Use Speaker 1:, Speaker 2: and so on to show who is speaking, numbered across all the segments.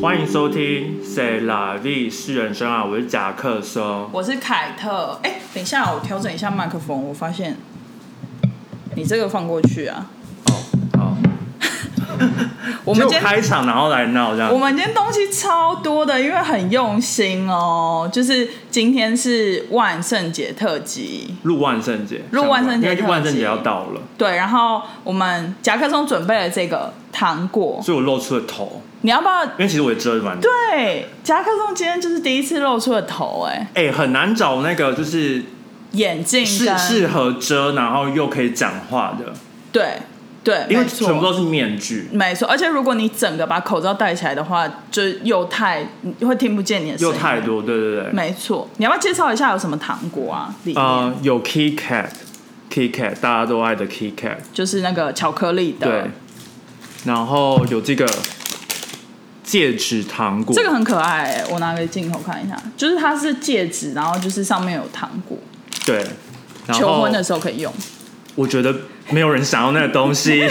Speaker 1: 欢迎收听《谁拉力是人生啊》，我是夹克松。
Speaker 2: 我是凯特。哎、等一下，我调整一下麦克风，我发现你这个放过去啊。
Speaker 1: 哦，好，
Speaker 2: 我们
Speaker 1: 就
Speaker 2: 今天
Speaker 1: 开场然后来闹这
Speaker 2: 我
Speaker 1: 样。
Speaker 2: 们今天东西超多的，因为很用心哦。就是今天是万圣节特辑，
Speaker 1: 入万圣节，
Speaker 2: 入万圣节
Speaker 1: 因为万圣
Speaker 2: 特
Speaker 1: 节
Speaker 2: 辑
Speaker 1: 要到了，
Speaker 2: 对，然后我们夹克中准备了这个糖果，
Speaker 1: 所以我露出了头，
Speaker 2: 你要不要？
Speaker 1: 因为其实我也遮得蛮。
Speaker 2: 对，夹克中今天就是第一次露出了头、哎，
Speaker 1: 哎、很难找那个就是
Speaker 2: 眼镜
Speaker 1: 适
Speaker 2: 跟
Speaker 1: 适合遮，然后又可以讲话的，
Speaker 2: 对对，
Speaker 1: 因为
Speaker 2: 没错
Speaker 1: 全部都是面具，
Speaker 2: 没错，而且如果你整个把口罩戴起来的话，就又太你会听不见你的声
Speaker 1: 又
Speaker 2: 音。
Speaker 1: 太多，对对对。
Speaker 2: 没错，你要不要介绍一下有什么糖果啊？里面、
Speaker 1: 呃，有 Kit Kat，Kit Kat 大家都爱的 Kit Kat，
Speaker 2: 就是那个巧克力的，
Speaker 1: 对，。然后有这个戒指糖果，
Speaker 2: 这个很可爱、欸，我拿给镜头看一下，就是它是戒指，然后就是上面有糖果，
Speaker 1: 对。然
Speaker 2: 求
Speaker 1: 后
Speaker 2: 婚的时候可以用。
Speaker 1: 我觉得没有人想要那个东西。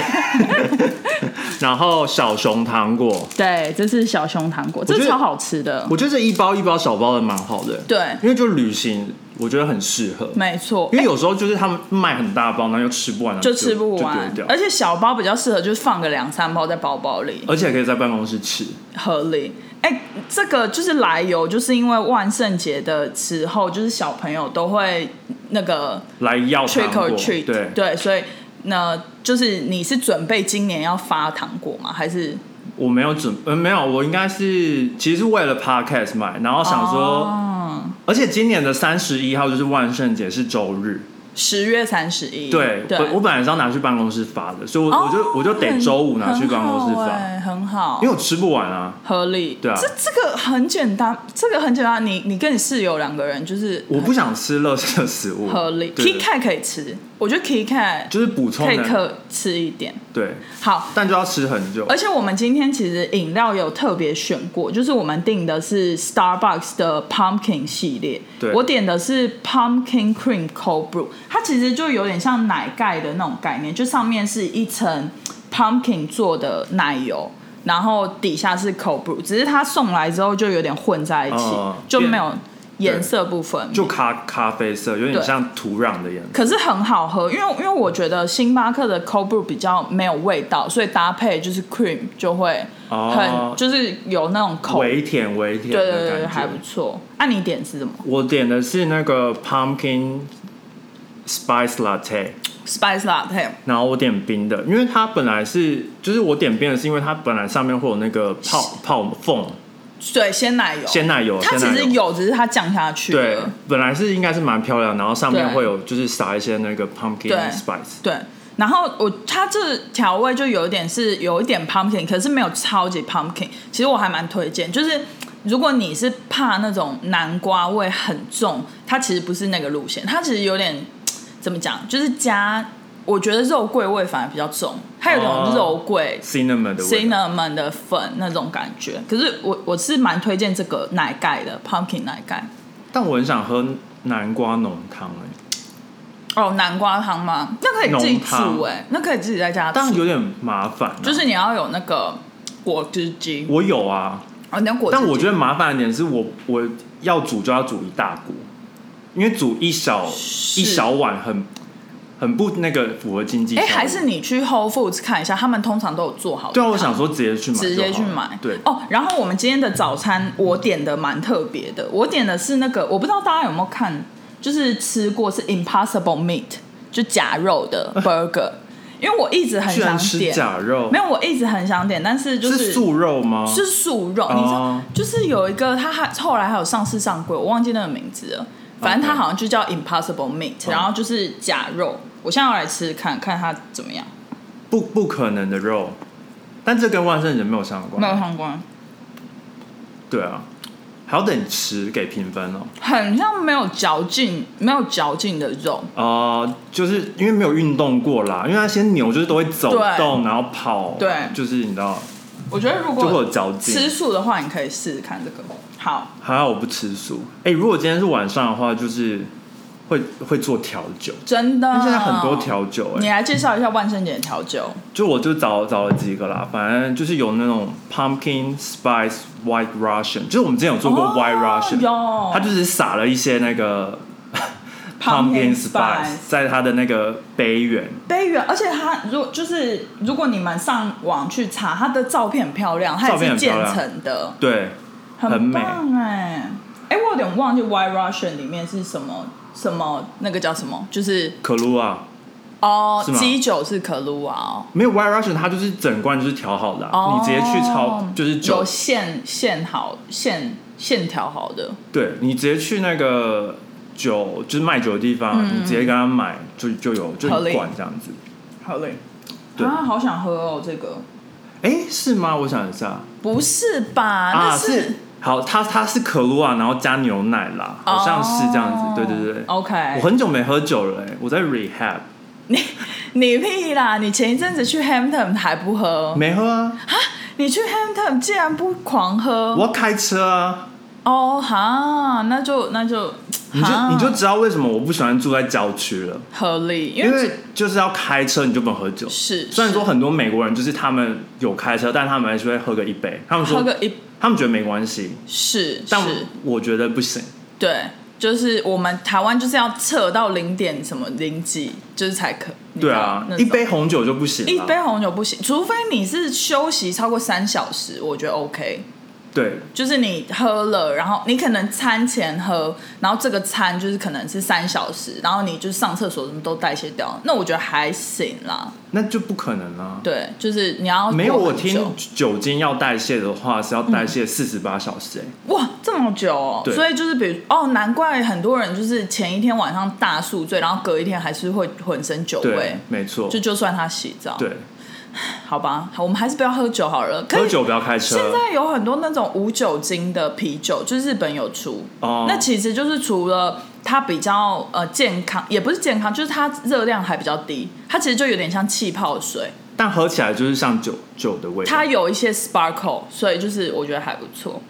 Speaker 1: 然后小熊糖果，
Speaker 2: 对，这是小熊糖果，
Speaker 1: 觉
Speaker 2: 这
Speaker 1: 得
Speaker 2: 超好吃的。
Speaker 1: 我觉得这一包一包小包的蛮好的，
Speaker 2: 对，
Speaker 1: 因为就旅行我觉得很适合，
Speaker 2: 没错
Speaker 1: 因，为有时候就是他们卖很大包，然后又吃不完，然后
Speaker 2: 就吃不
Speaker 1: 就
Speaker 2: 完
Speaker 1: 丢，掉
Speaker 2: 而且小包比较适合，就是放个两三包在包包里。
Speaker 1: 而且可以在办公室吃。
Speaker 2: 合理。哎、这个就是来由，就是因为万圣节的时候，就是小朋友都会那个
Speaker 1: 来要
Speaker 2: trick
Speaker 1: 糖
Speaker 2: or
Speaker 1: 果，
Speaker 2: treat，
Speaker 1: 对，
Speaker 2: 所以那就是你是准备今年要发糖果吗？还是
Speaker 1: 我没有准，呃，没有，我应该是其实是为了 podcast 买，然后想说，
Speaker 2: 哦
Speaker 1: 而且今年的三十一号就是万圣节是周日，
Speaker 2: 十、月三十一？
Speaker 1: 对，
Speaker 2: 对，
Speaker 1: 我我本来是要拿去办公室发的，所以我、
Speaker 2: 哦
Speaker 1: 我就我就得
Speaker 2: 很
Speaker 1: 周五拿去办公室
Speaker 2: 很好
Speaker 1: 发，
Speaker 2: 哎很好，
Speaker 1: 因为我吃不完啊，
Speaker 2: 合理。
Speaker 1: 对啊
Speaker 2: 这这个很简单，这个很简单。你你跟你室友两个人就是
Speaker 1: 我不想吃垃圾的食物，
Speaker 2: 合理
Speaker 1: 对
Speaker 2: ，Kit Kat 可以吃，我觉得 Kit Kat
Speaker 1: 就是补充
Speaker 2: 可以
Speaker 1: 的，
Speaker 2: 可吃一点。
Speaker 1: 对，
Speaker 2: 好，
Speaker 1: 但就要吃很久，
Speaker 2: 而且我们今天其实饮料有特别选过，就是我们订的是 Starbucks 的 Pumpkin 系列
Speaker 1: 对，
Speaker 2: 我点的是 Pumpkin Cream Cold Brew，它其实就有点像奶盖的那种概念，就上面是一层 Pumpkin 做的奶油。然后底下是 cold brew，只是它送来之后就有点混在一起，
Speaker 1: 哦
Speaker 2: 就没有颜色不分明
Speaker 1: 就咖咖啡色，有点
Speaker 2: 对
Speaker 1: 像土壤的颜色，
Speaker 2: 可是很好喝，因为因为我觉得星巴克的 cold brew 比较没有味道，所以搭配就是 cream 就会很、
Speaker 1: 哦
Speaker 2: 就是有那种口，对
Speaker 1: 微甜微甜
Speaker 2: 对
Speaker 1: 的感
Speaker 2: 对
Speaker 1: 觉，
Speaker 2: 对，还不错。那、你点是什么
Speaker 1: 我点的是那个 pumpkin spice latte，
Speaker 2: ？Spice latte
Speaker 1: 然后我点冰的，因为它本来是就是我点冰的是因为它本来上面会有那个泡泡缝
Speaker 2: 对鲜奶油，
Speaker 1: 鲜奶油，
Speaker 2: 它其
Speaker 1: 鲜奶
Speaker 2: 实
Speaker 1: 油
Speaker 2: 有，只是它降下去
Speaker 1: 对
Speaker 2: 了。，
Speaker 1: 本来是应该是蛮漂亮，然后上面
Speaker 2: 对
Speaker 1: 会有就是撒一些那个 pumpkin
Speaker 2: 对
Speaker 1: spice，
Speaker 2: 对，然后我它这调味就有一点是有一点 pumpkin，可是没有超级 pumpkin。其实我还蛮推荐，就是如果你是怕那种南瓜味很重，它其实不是那个路线，它其实有点怎么讲，就是加我觉得肉桂味反而比较重，它有
Speaker 1: 哦
Speaker 2: 种肉桂
Speaker 1: cinnamon 的味道。
Speaker 2: cinnamon 的粉那种感觉。可是我我是蛮推荐这个奶盖的 pumpkin 奶盖。
Speaker 1: 但我很想喝南瓜浓汤哎，
Speaker 2: 哦，南瓜汤吗？那可以自己
Speaker 1: 浓汤
Speaker 2: 煮哎、那可以自己在家煮。
Speaker 1: 但有点麻烦啊、
Speaker 2: 就是你要有那个果汁机，
Speaker 1: 我有啊，
Speaker 2: 哦，你要果汁机，
Speaker 1: 但我觉得麻烦的点是我我要煮就要煮一大锅，因为煮一小一小碗很很不那个符合经济效
Speaker 2: 哎、
Speaker 1: 益。
Speaker 2: 还是你去 Whole Foods 看一下，他们通常都有做好的。
Speaker 1: 对啊，我想说直接去买就好了，
Speaker 2: 直接去买。
Speaker 1: 对，
Speaker 2: 哦，然后我们今天的早餐我点的蛮特别的，我点的是那个，我不知道大家有没有看，就是吃过是 Impossible Meat，就假肉的 burger，因为我一直很
Speaker 1: 居然
Speaker 2: 想
Speaker 1: 吃
Speaker 2: 点，
Speaker 1: 假肉，
Speaker 2: 没有，我一直很想点，但是就是
Speaker 1: 素肉吗？
Speaker 2: 是素肉，你知
Speaker 1: 哦
Speaker 2: 道，就是有一个，它还后来还有上市上柜，我忘记那个名字了。反正它
Speaker 1: OK
Speaker 2: 好像就叫 Impossible Meat，、
Speaker 1: 嗯
Speaker 2: 然后就是假肉。我现在要来吃看看它怎么样，
Speaker 1: 不不可能的肉，但这跟万圣节没有相
Speaker 2: 没
Speaker 1: 关。
Speaker 2: 有相关，
Speaker 1: 对啊，还要等吃给评分哦。
Speaker 2: 很像没有嚼劲、没有嚼劲的肉。
Speaker 1: 呃，就是因为没有运动过啦，因为那些牛就是都会走
Speaker 2: 对
Speaker 1: 动，然后跑，
Speaker 2: 对
Speaker 1: 就是你知道，
Speaker 2: 我觉得如
Speaker 1: 就会
Speaker 2: 果
Speaker 1: 有嚼劲。
Speaker 2: 吃素的话，你可以试试看这个。好，
Speaker 1: 还好我不吃素。哎、如果今天是晚上的话，就是会会做调酒，
Speaker 2: 真的
Speaker 1: 因。为现在很多调酒哎、
Speaker 2: 啊你来介绍一下万圣节的调酒。
Speaker 1: 就我就找找了几个啦，反正就是有那种 pumpkin spice white Russian，就是我们之前有做过 white
Speaker 2: 哦
Speaker 1: Russian，、
Speaker 2: 有
Speaker 1: 它啊就是撒了一些那个 pumpkin
Speaker 2: Pumpkin spice
Speaker 1: spice 在它的那个杯缘，
Speaker 2: 杯缘，而且它如果就是如果你们上网去查，它的照片很漂亮，它
Speaker 1: 照片
Speaker 2: 也是
Speaker 1: 很漂亮
Speaker 2: 渐层的，
Speaker 1: 对，很美
Speaker 2: 棒哎、哎、我有点忘记《Why Russian》里面是什么什么那个叫什么，就是
Speaker 1: 可露啊，
Speaker 2: 哦
Speaker 1: 是，吗
Speaker 2: 基酒是可露啊、哦，
Speaker 1: 没有 white Russian，它就是整罐就是调好的啊、
Speaker 2: 哦
Speaker 1: 你直接去超就是酒
Speaker 2: 有，线线好线线条好的，
Speaker 1: 对你直接去那个酒就是卖酒的地方，你直接跟他买就就有就
Speaker 2: 嗯合理
Speaker 1: 一罐这样子，
Speaker 2: 好嘞，
Speaker 1: 对
Speaker 2: 啊，好想喝哦，这个
Speaker 1: 哎、是吗？我想一下。
Speaker 2: 不啊是吧？那
Speaker 1: 啊，是好，它它是可露啊，然后加牛奶啦，好像是这样子。
Speaker 2: 哦
Speaker 1: 对对对，
Speaker 2: ，OK，
Speaker 1: 我很久没喝酒了、欸，我在 rehab
Speaker 2: 你屁啦！你前一阵子去 Hampton 还不喝，
Speaker 1: 没喝啊，
Speaker 2: 你去 Hampton 竟然不狂喝？
Speaker 1: 我要开车啊。
Speaker 2: 哦哈，那就那就
Speaker 1: 你就
Speaker 2: 哈
Speaker 1: 你就知道为什么我不喜欢住在郊区了，
Speaker 2: 合理，啊因
Speaker 1: 因
Speaker 2: 为
Speaker 1: 为就是要开车，你就不能喝酒。
Speaker 2: 是
Speaker 1: 虽然说
Speaker 2: 是
Speaker 1: 很多美国人就是他们有开车，但他们还是会喝个一杯，他们
Speaker 2: 喝
Speaker 1: 说
Speaker 2: 个一
Speaker 1: 他们觉得没关系，
Speaker 2: 是
Speaker 1: 但
Speaker 2: 是，
Speaker 1: 我觉得不行。
Speaker 2: 对，就是我们台湾就是要测到零点什么零几，就是才可你知
Speaker 1: 对
Speaker 2: 道
Speaker 1: 啊
Speaker 2: 那，种
Speaker 1: 一杯啊红酒就不行
Speaker 2: 一
Speaker 1: 了。
Speaker 2: 杯红酒不行，除非你是休息超过三小时，我觉得 OK。
Speaker 1: 对
Speaker 2: 就是你喝了，然后你可能餐前喝，然后这个餐就是可能是三小时，然后你就上厕所什么都代谢掉，那我觉得还行啦。
Speaker 1: 那就不可能啊。
Speaker 2: 对，就是你要
Speaker 1: 没有，
Speaker 2: 过
Speaker 1: 我
Speaker 2: 很久嗯
Speaker 1: 听酒精要代谢的话是要代谢四十八小时、欸，
Speaker 2: 哇这么久、哦，
Speaker 1: 对
Speaker 2: 所以就是比如哦，难怪很多人就是前一天晚上大宿醉，然后隔一天还是会浑身酒
Speaker 1: 对
Speaker 2: 味，，
Speaker 1: 没错
Speaker 2: 就，就算他洗澡，
Speaker 1: 对，
Speaker 2: 好吧，好，我们还是不要喝酒好了。可
Speaker 1: 喝
Speaker 2: 以
Speaker 1: 酒不要开车
Speaker 2: 现，在有很多那种无酒精的啤酒，就是日本有出。
Speaker 1: 哦
Speaker 2: 那其实就是除了它比较呃健康，也不是健康，就是它热量还比较低。它其实就有点像气泡水，
Speaker 1: 但喝起来就是像酒酒的味道
Speaker 2: 它，有一些 sparkle，所以就是我觉得还不错。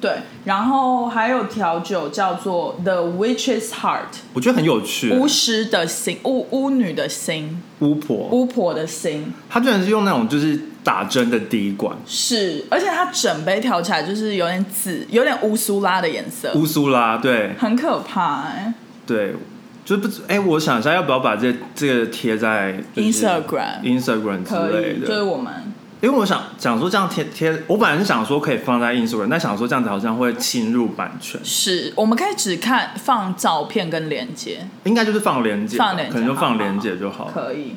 Speaker 2: 对，然后还有调酒叫做 The Witch's Heart，
Speaker 1: 我觉得很有趣、欸。
Speaker 2: 巫师的心，巫巫女的心，
Speaker 1: 巫婆，
Speaker 2: 巫婆的心。
Speaker 1: 她居然是用那种就是打针的滴管，
Speaker 2: 是，而且它整杯调起来就是有点紫，有点乌苏拉的颜色，
Speaker 1: 乌苏拉，对
Speaker 2: 很可怕、欸。
Speaker 1: 对，就是不知，哎、我想一下要不要把这这个贴在、就是
Speaker 2: Instagram
Speaker 1: Instagram 之
Speaker 2: 可
Speaker 1: 类
Speaker 2: 以，就是
Speaker 1: 的，
Speaker 2: 我们
Speaker 1: 因为我想想说这样贴贴，我本来是想说可以放在 Instagram，但想说这样子好像会侵入版权，
Speaker 2: 是，我们可以只看放照片跟链接，
Speaker 1: 应该就是放链接吧，
Speaker 2: 放链接
Speaker 1: 可能就
Speaker 2: 好
Speaker 1: 放
Speaker 2: 好
Speaker 1: 链接就好了。
Speaker 2: 可以，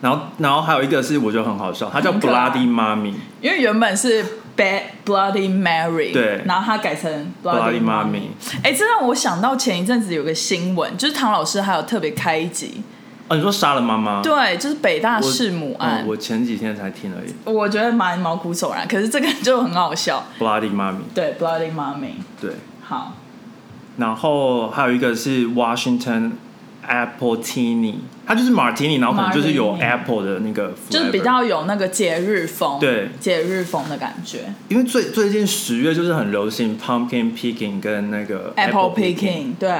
Speaker 1: 然后，然后还有一个是我觉得很好笑，它叫
Speaker 2: 很可爱
Speaker 1: Bloody Mommy，
Speaker 2: 因为原本是 Bad Bloody Mary，
Speaker 1: 对
Speaker 2: 然后它改成
Speaker 1: Bloody Mommy
Speaker 2: Bloody Mommy，哎、这让我想到前一阵子有个新闻，就是唐老师还有特别开一集，
Speaker 1: 哦，你说杀了妈妈？
Speaker 2: 对，啊就是北大
Speaker 1: 我
Speaker 2: 弑母案
Speaker 1: 嗯，。我前几天才听而已。
Speaker 2: 我觉得蛮毛骨悚然，可是这个就很好笑。
Speaker 1: Bloody Mommy，
Speaker 2: 对，Bloody Mommy，
Speaker 1: 对。
Speaker 2: 好，
Speaker 1: 然后还有一个是 Washington Apple Tini，它就是 Martini，然后可能就是有
Speaker 2: Martini
Speaker 1: Apple 的那个 flavor，
Speaker 2: 就是比较有那个节日风，
Speaker 1: 对
Speaker 2: 节日风的感觉。
Speaker 1: 因为最最近十月就是很流行 Pumpkin Picking 跟那个
Speaker 2: Apple
Speaker 1: picking，
Speaker 2: picking，对，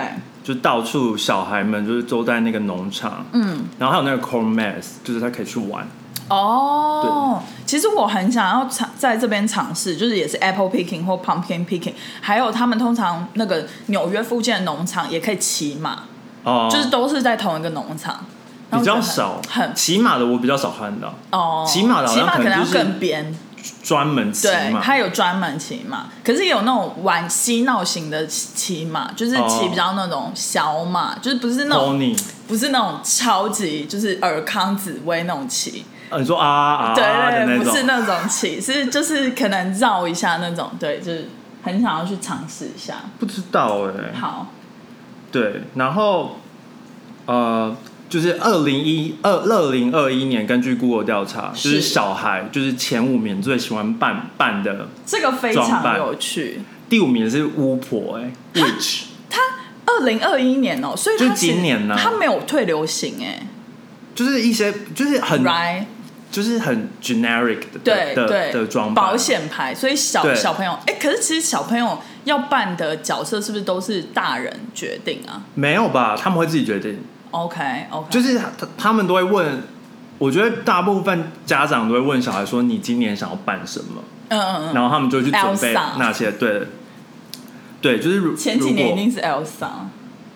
Speaker 1: 就到处小孩们就是都在那个农场，
Speaker 2: 嗯，
Speaker 1: 然后还有那个 Corn Maze，就是他可以去玩。
Speaker 2: 哦，其实我很想要尝在这边尝试，就是也是 Apple picking 或 Pumpkin picking，还有他们通常那个纽约附近的农场也可以骑马，
Speaker 1: 哦，
Speaker 2: 就是都是在同一个农场，然
Speaker 1: 比
Speaker 2: 后
Speaker 1: 较
Speaker 2: 我觉得很
Speaker 1: 少，
Speaker 2: 很
Speaker 1: 骑马的我比较少看到。
Speaker 2: 哦，
Speaker 1: 骑马的好
Speaker 2: 骑
Speaker 1: 像
Speaker 2: 马
Speaker 1: 可
Speaker 2: 可
Speaker 1: 能
Speaker 2: 能要
Speaker 1: 就是
Speaker 2: 更边，
Speaker 1: 专门骑
Speaker 2: 对，
Speaker 1: 马，
Speaker 2: 它有专门骑马，可是也有那种玩嬉闹型的骑马，就是骑
Speaker 1: 哦
Speaker 2: 比较那种小马，就是不是那种
Speaker 1: pony，
Speaker 2: 不是那种超级就是尔康紫薇那种骑，
Speaker 1: 呃你说啊啊啊
Speaker 2: 对
Speaker 1: 的
Speaker 2: 对，
Speaker 1: 那
Speaker 2: 不
Speaker 1: 种，
Speaker 2: 是那种骑，是就是可能绕一下那种，对，就是很想要去尝试一下。
Speaker 1: 不知道哎、
Speaker 2: 好，
Speaker 1: 对，然后呃，就是二零一二二零二一年根据 Google 调查，就是是小孩就是前五名最喜欢扮扮的，
Speaker 2: 这个非
Speaker 1: 装
Speaker 2: 常
Speaker 1: 扮
Speaker 2: 有趣。
Speaker 1: 第五名是巫婆哎、witch，
Speaker 2: 二零二一年哦、所以
Speaker 1: 就
Speaker 2: 它其实
Speaker 1: 今年呢
Speaker 2: 它没有退流行哎、
Speaker 1: 就是一些就是很
Speaker 2: right？
Speaker 1: 就是很 generic 的
Speaker 2: 对
Speaker 1: 的
Speaker 2: 对
Speaker 1: 的装扮
Speaker 2: 保险牌，所以小
Speaker 1: 对
Speaker 2: 小朋友哎、可是其实小朋友要扮的角色是不是都是大人决定啊
Speaker 1: 没有吧？他们会自己决定，
Speaker 2: 嗯？OK OK，
Speaker 1: 就是他他们都会问。我觉得大部分家长都会问小孩说：“你今年想要办什么？”
Speaker 2: 嗯嗯
Speaker 1: 然
Speaker 2: 嗯，
Speaker 1: 后他们就去准备
Speaker 2: Elsa
Speaker 1: 那些。对，对，就是如
Speaker 2: 前几年一
Speaker 1: 如果
Speaker 2: 定是 Elsa，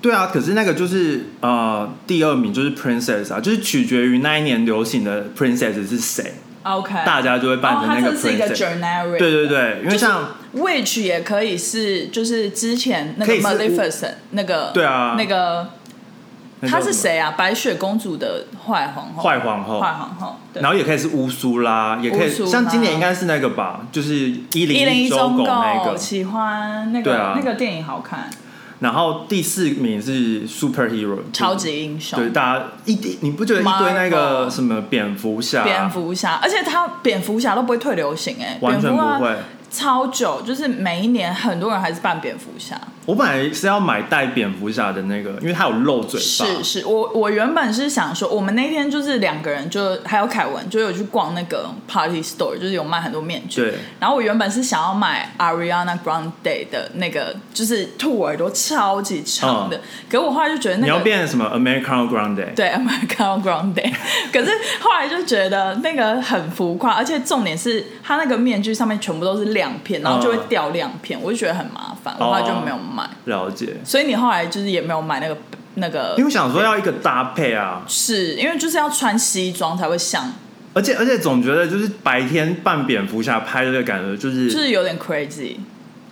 Speaker 1: 对啊，可是那个就是呃，第二名就是 princess 啊，就是取决于那一年流行的 princess 是谁，
Speaker 2: OK，
Speaker 1: 大家就会扮成那
Speaker 2: 哦、它
Speaker 1: 个
Speaker 2: 这是一个
Speaker 1: princess。
Speaker 2: generic，
Speaker 1: 对对对，因为像、
Speaker 2: Which 也可以是就是之前那
Speaker 1: 可
Speaker 2: 个
Speaker 1: 以是
Speaker 2: Maleficent 那个
Speaker 1: 对啊
Speaker 2: 那个
Speaker 1: 那
Speaker 2: 她
Speaker 1: 叫
Speaker 2: 是
Speaker 1: 什么？
Speaker 2: 谁啊？白雪公主的坏皇后，
Speaker 1: 坏皇后
Speaker 2: 坏皇后，对
Speaker 1: 然后也可以是乌苏拉，也可以
Speaker 2: 乌苏拉
Speaker 1: 像今年应该是那个吧，就是一
Speaker 2: 一
Speaker 1: 零
Speaker 2: 零一
Speaker 1: 周
Speaker 2: 忠
Speaker 1: 狗那
Speaker 2: 狗
Speaker 1: 个。
Speaker 2: 喜欢那
Speaker 1: 对
Speaker 2: 个、
Speaker 1: 啊
Speaker 2: 那个电影好看，
Speaker 1: 然后第四名是 superhero
Speaker 2: 超级英雄，
Speaker 1: 对大家一堆你不觉得一堆那个
Speaker 2: Marvel
Speaker 1: 什么蝙蝠侠、
Speaker 2: 蝙蝠侠，而且他蝙蝠侠都不会退流行哎、
Speaker 1: 完全
Speaker 2: 蝙
Speaker 1: 不
Speaker 2: 蝠侠
Speaker 1: 会。
Speaker 2: 超久，就是每一年很多人还是扮蝙蝠侠。
Speaker 1: 我本来是要买带蝙蝠侠的那个，因为它有露嘴巴。
Speaker 2: 是是，我我原本是想说，我们那天就是两个人就，还有凯文，就有去逛那个 Party Store，就是有卖很多面具。
Speaker 1: 对，
Speaker 2: 然后我原本是想要买 Ariana Grande 的那个，就是兔耳朵超级长
Speaker 1: 嗯
Speaker 2: 的，可我后来就觉得那
Speaker 1: 你要
Speaker 2: 个。
Speaker 1: 变成什么 American Grande？
Speaker 2: 对 American Grande，可是后来就觉得那个很浮夸，而且重点是它那个面具上面全部都是亮片，然后就会
Speaker 1: 嗯哦
Speaker 2: 掉亮片，我就觉得很麻烦，我后来就没有买。
Speaker 1: 了解。
Speaker 2: 所以你后来就是也没有买那个那个
Speaker 1: 因为我想说要一个搭配啊，
Speaker 2: 是因为就是要穿西装才会像，
Speaker 1: 而且而且总觉得就是白天扮蝙蝠侠拍这个感觉就是
Speaker 2: 就是有点 crazy，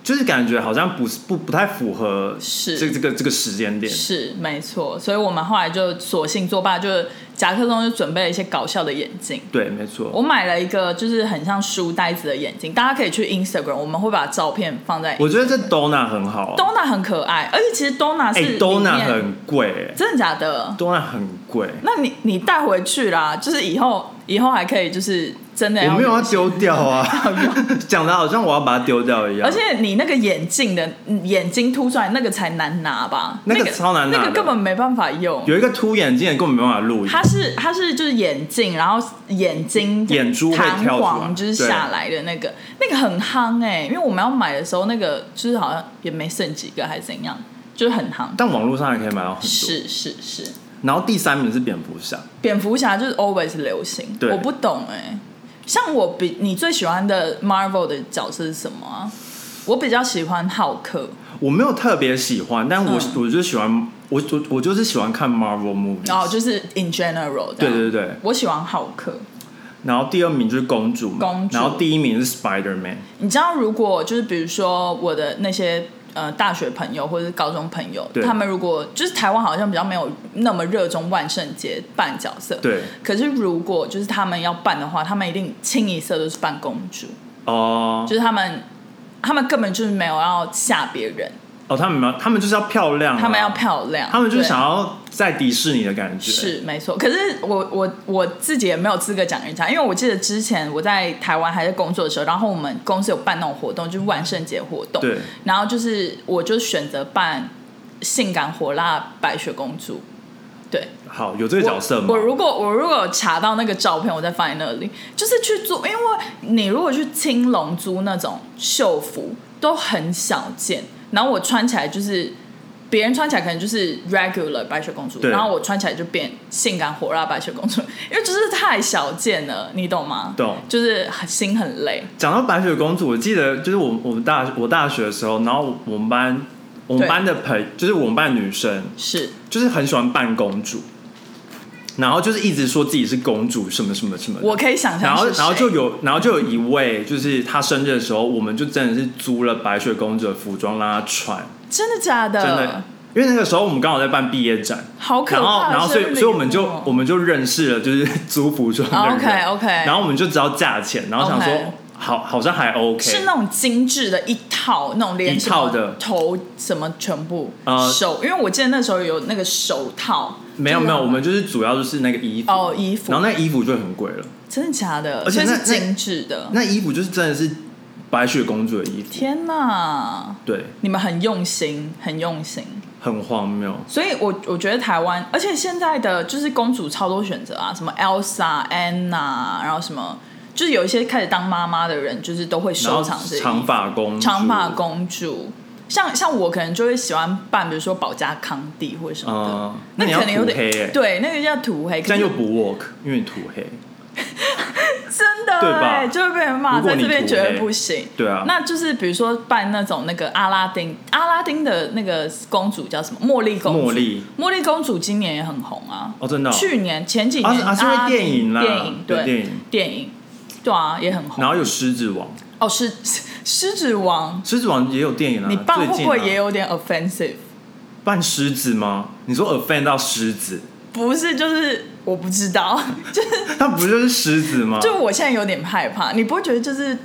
Speaker 1: 就是感觉好像不是不不太符合
Speaker 2: 是
Speaker 1: 这这个这个时间点。
Speaker 2: 是没错。所以我们后来就索性作罢，就是夹克中就准备了一些搞笑的眼镜。
Speaker 1: 对，没错。
Speaker 2: 我买了一个就是很像书呆子的眼镜，大家可以去 Instagram，我们会把照片放在。
Speaker 1: 我觉得这 Dona 很好啊，
Speaker 2: Dona 很可爱，而且其实 Dona
Speaker 1: 哎
Speaker 2: 是里面、
Speaker 1: ，Dona 很贵哎
Speaker 2: 真的假的？
Speaker 1: ，Dona 很贵，
Speaker 2: 那你你带回去啦，就是以后以后还可以就是真的
Speaker 1: 我没有要
Speaker 2: 用
Speaker 1: 丢掉啊， 讲的好像我要把它丢掉一样
Speaker 2: 而。且你那个眼镜的嗯眼睛凸出来，那个才难拿吧？
Speaker 1: 那个超难拿的
Speaker 2: 那个根本没办法用。
Speaker 1: 有一个凸眼镜的根本没办法录影，
Speaker 2: 它是它是就是眼镜，然后眼睛
Speaker 1: 眼珠会
Speaker 2: 弹
Speaker 1: 跳出来
Speaker 2: 簧就是下来的那个，那个很夯哎、因为我们要买的时候，那个就是好像也没剩几个还是怎样，就是很夯。
Speaker 1: 但网络上也可以买到很多。
Speaker 2: 是是是，
Speaker 1: 然后第三名是蝙蝠侠，
Speaker 2: 蝙蝠侠就是 always 流行，
Speaker 1: 对
Speaker 2: 我不懂哎、像我比你最喜欢的 Marvel 的角色是什么啊？我比较喜欢浩克。
Speaker 1: 我没有特别喜欢，但我、
Speaker 2: 嗯
Speaker 1: 我就喜欢我我我就是喜欢看 Marvel movie。
Speaker 2: 哦，啊就是 in general 这
Speaker 1: 对
Speaker 2: 样
Speaker 1: 对对，
Speaker 2: 我喜欢浩克。
Speaker 1: 然后第二名就是公主嘛，
Speaker 2: 公主
Speaker 1: 然后第一名是 Spider Man。
Speaker 2: 你知道，如果就是比如说我的那些呃大学朋友或者是高中朋友，
Speaker 1: 对
Speaker 2: 他们如果就是台湾好像比较没有那么热衷万圣节扮角色，。
Speaker 1: 对，
Speaker 2: 可是如果就是他们要扮的话，他们一定清一色都是扮公主，
Speaker 1: 哦、
Speaker 2: 呃就是他们他们根本就是没有要吓别人，
Speaker 1: 哦，他们没有他们就是要漂亮、啊
Speaker 2: 他们要，漂亮，
Speaker 1: 他们就是
Speaker 2: 对
Speaker 1: 想要在迪士尼的感觉。，
Speaker 2: 是没错，可是我我我自己也没有资格讲人家，因为我记得之前我在台湾还在工作的时候，然后我们公司有办那种活动，就是万圣节活动，
Speaker 1: 对，
Speaker 2: 然后就是我就选择办性感火辣白雪公主，对，
Speaker 1: 好有这个角色吗？
Speaker 2: 我我如果我如果有查到那个照片，我再放在那里，就是去做，因为你如果去青龙珠那种秀服都很少见，然后我穿起来就是。别人穿起来可能就是 regular 白雪公主，
Speaker 1: 对
Speaker 2: 然后我穿起来就变性感火辣白雪公主， 因为就是太少见了，你懂吗？
Speaker 1: 懂
Speaker 2: 就是很心很累。
Speaker 1: 讲到白雪公主，我记得就是我我们大我大学的时候，然后我们班我们
Speaker 2: 对
Speaker 1: 班的朋就是我们班的女生，
Speaker 2: 是，
Speaker 1: 就是很喜欢扮公主，然后就是一直说自己是公主什么什么什么的。
Speaker 2: 我可以想象。
Speaker 1: 然后，然后就有，然后就有一位，就是她生日的时候，我们就真的是租了白雪公主的服装让她穿，
Speaker 2: 真的假的？
Speaker 1: 真的，因为那个时候我们刚好在办毕业展，
Speaker 2: 嗯好可
Speaker 1: 然后，然
Speaker 2: 怕的生日礼物哦。
Speaker 1: 后所以，所以我们就我们就认识了，就是 租服装的人。
Speaker 2: 哦 OK，OK
Speaker 1: 然后我们就知道价钱，然后想说
Speaker 2: OK
Speaker 1: 好，好像还 OK。
Speaker 2: 是那种精致的一套，那种连
Speaker 1: 一
Speaker 2: 什么
Speaker 1: 套的
Speaker 2: 头什么全部、
Speaker 1: 呃
Speaker 2: 手，因为我记得那时候有那个手套，
Speaker 1: 没有
Speaker 2: 就是
Speaker 1: 没有，
Speaker 2: 那
Speaker 1: 我们就是主要就是那个衣服，
Speaker 2: 哦衣服
Speaker 1: 然后那衣服就很贵了，
Speaker 2: 真的假的，
Speaker 1: 而且那
Speaker 2: 所以是精致的。
Speaker 1: 那衣服就是真的是白雪公主的衣服，
Speaker 2: 天哪，
Speaker 1: 对，
Speaker 2: 你们很用心，很用心。
Speaker 1: 很荒谬。
Speaker 2: 所以我我觉得台湾，而且现在的就是公主超多选择啊，什么 Elsa、Anna，然后什么，就是有一些开始当妈妈的人，就是都会
Speaker 1: 然后
Speaker 2: 收藏这些衣服
Speaker 1: 长发公主，
Speaker 2: 长发公主，像像我可能就会喜欢拌，比如说保加康帝或者什么的，
Speaker 1: 嗯，
Speaker 2: 那
Speaker 1: 你要
Speaker 2: 可能有
Speaker 1: 涂
Speaker 2: 点
Speaker 1: 黑欸耶、
Speaker 2: 对，那个叫土黑，可
Speaker 1: 这样
Speaker 2: 是
Speaker 1: 又不 work，因为你涂黑。
Speaker 2: 真的
Speaker 1: 对吧
Speaker 2: 哎就会被人骂，
Speaker 1: 如果
Speaker 2: 在
Speaker 1: 你
Speaker 2: 这边
Speaker 1: 涂
Speaker 2: 绝对
Speaker 1: 黑
Speaker 2: 不行。
Speaker 1: 对啊，
Speaker 2: 那就是比如说扮那种那个阿拉丁，阿拉丁的那个公主叫什么？茉莉公主。
Speaker 1: 茉莉，
Speaker 2: 茉莉公主今年也很红啊。
Speaker 1: 哦，真的哦、
Speaker 2: 去年前几
Speaker 1: 啊
Speaker 2: 年
Speaker 1: 是啊是因为
Speaker 2: 阿拉丁
Speaker 1: 电影啦
Speaker 2: 电影
Speaker 1: 对
Speaker 2: 对
Speaker 1: 电影
Speaker 2: 电影对啊也很红。
Speaker 1: 然后有狮子王，
Speaker 2: 哦，狮狮狮子王，
Speaker 1: 狮子王也有电影啊。
Speaker 2: 你扮会不会也
Speaker 1: 有
Speaker 2: 有点 offensive？
Speaker 1: 扮狮子吗？你说 offend 到狮子，
Speaker 2: 不是，就是我不知 道，就是
Speaker 1: 他不就是狮子吗？
Speaker 2: 就我现在有点害怕。你不会觉得就是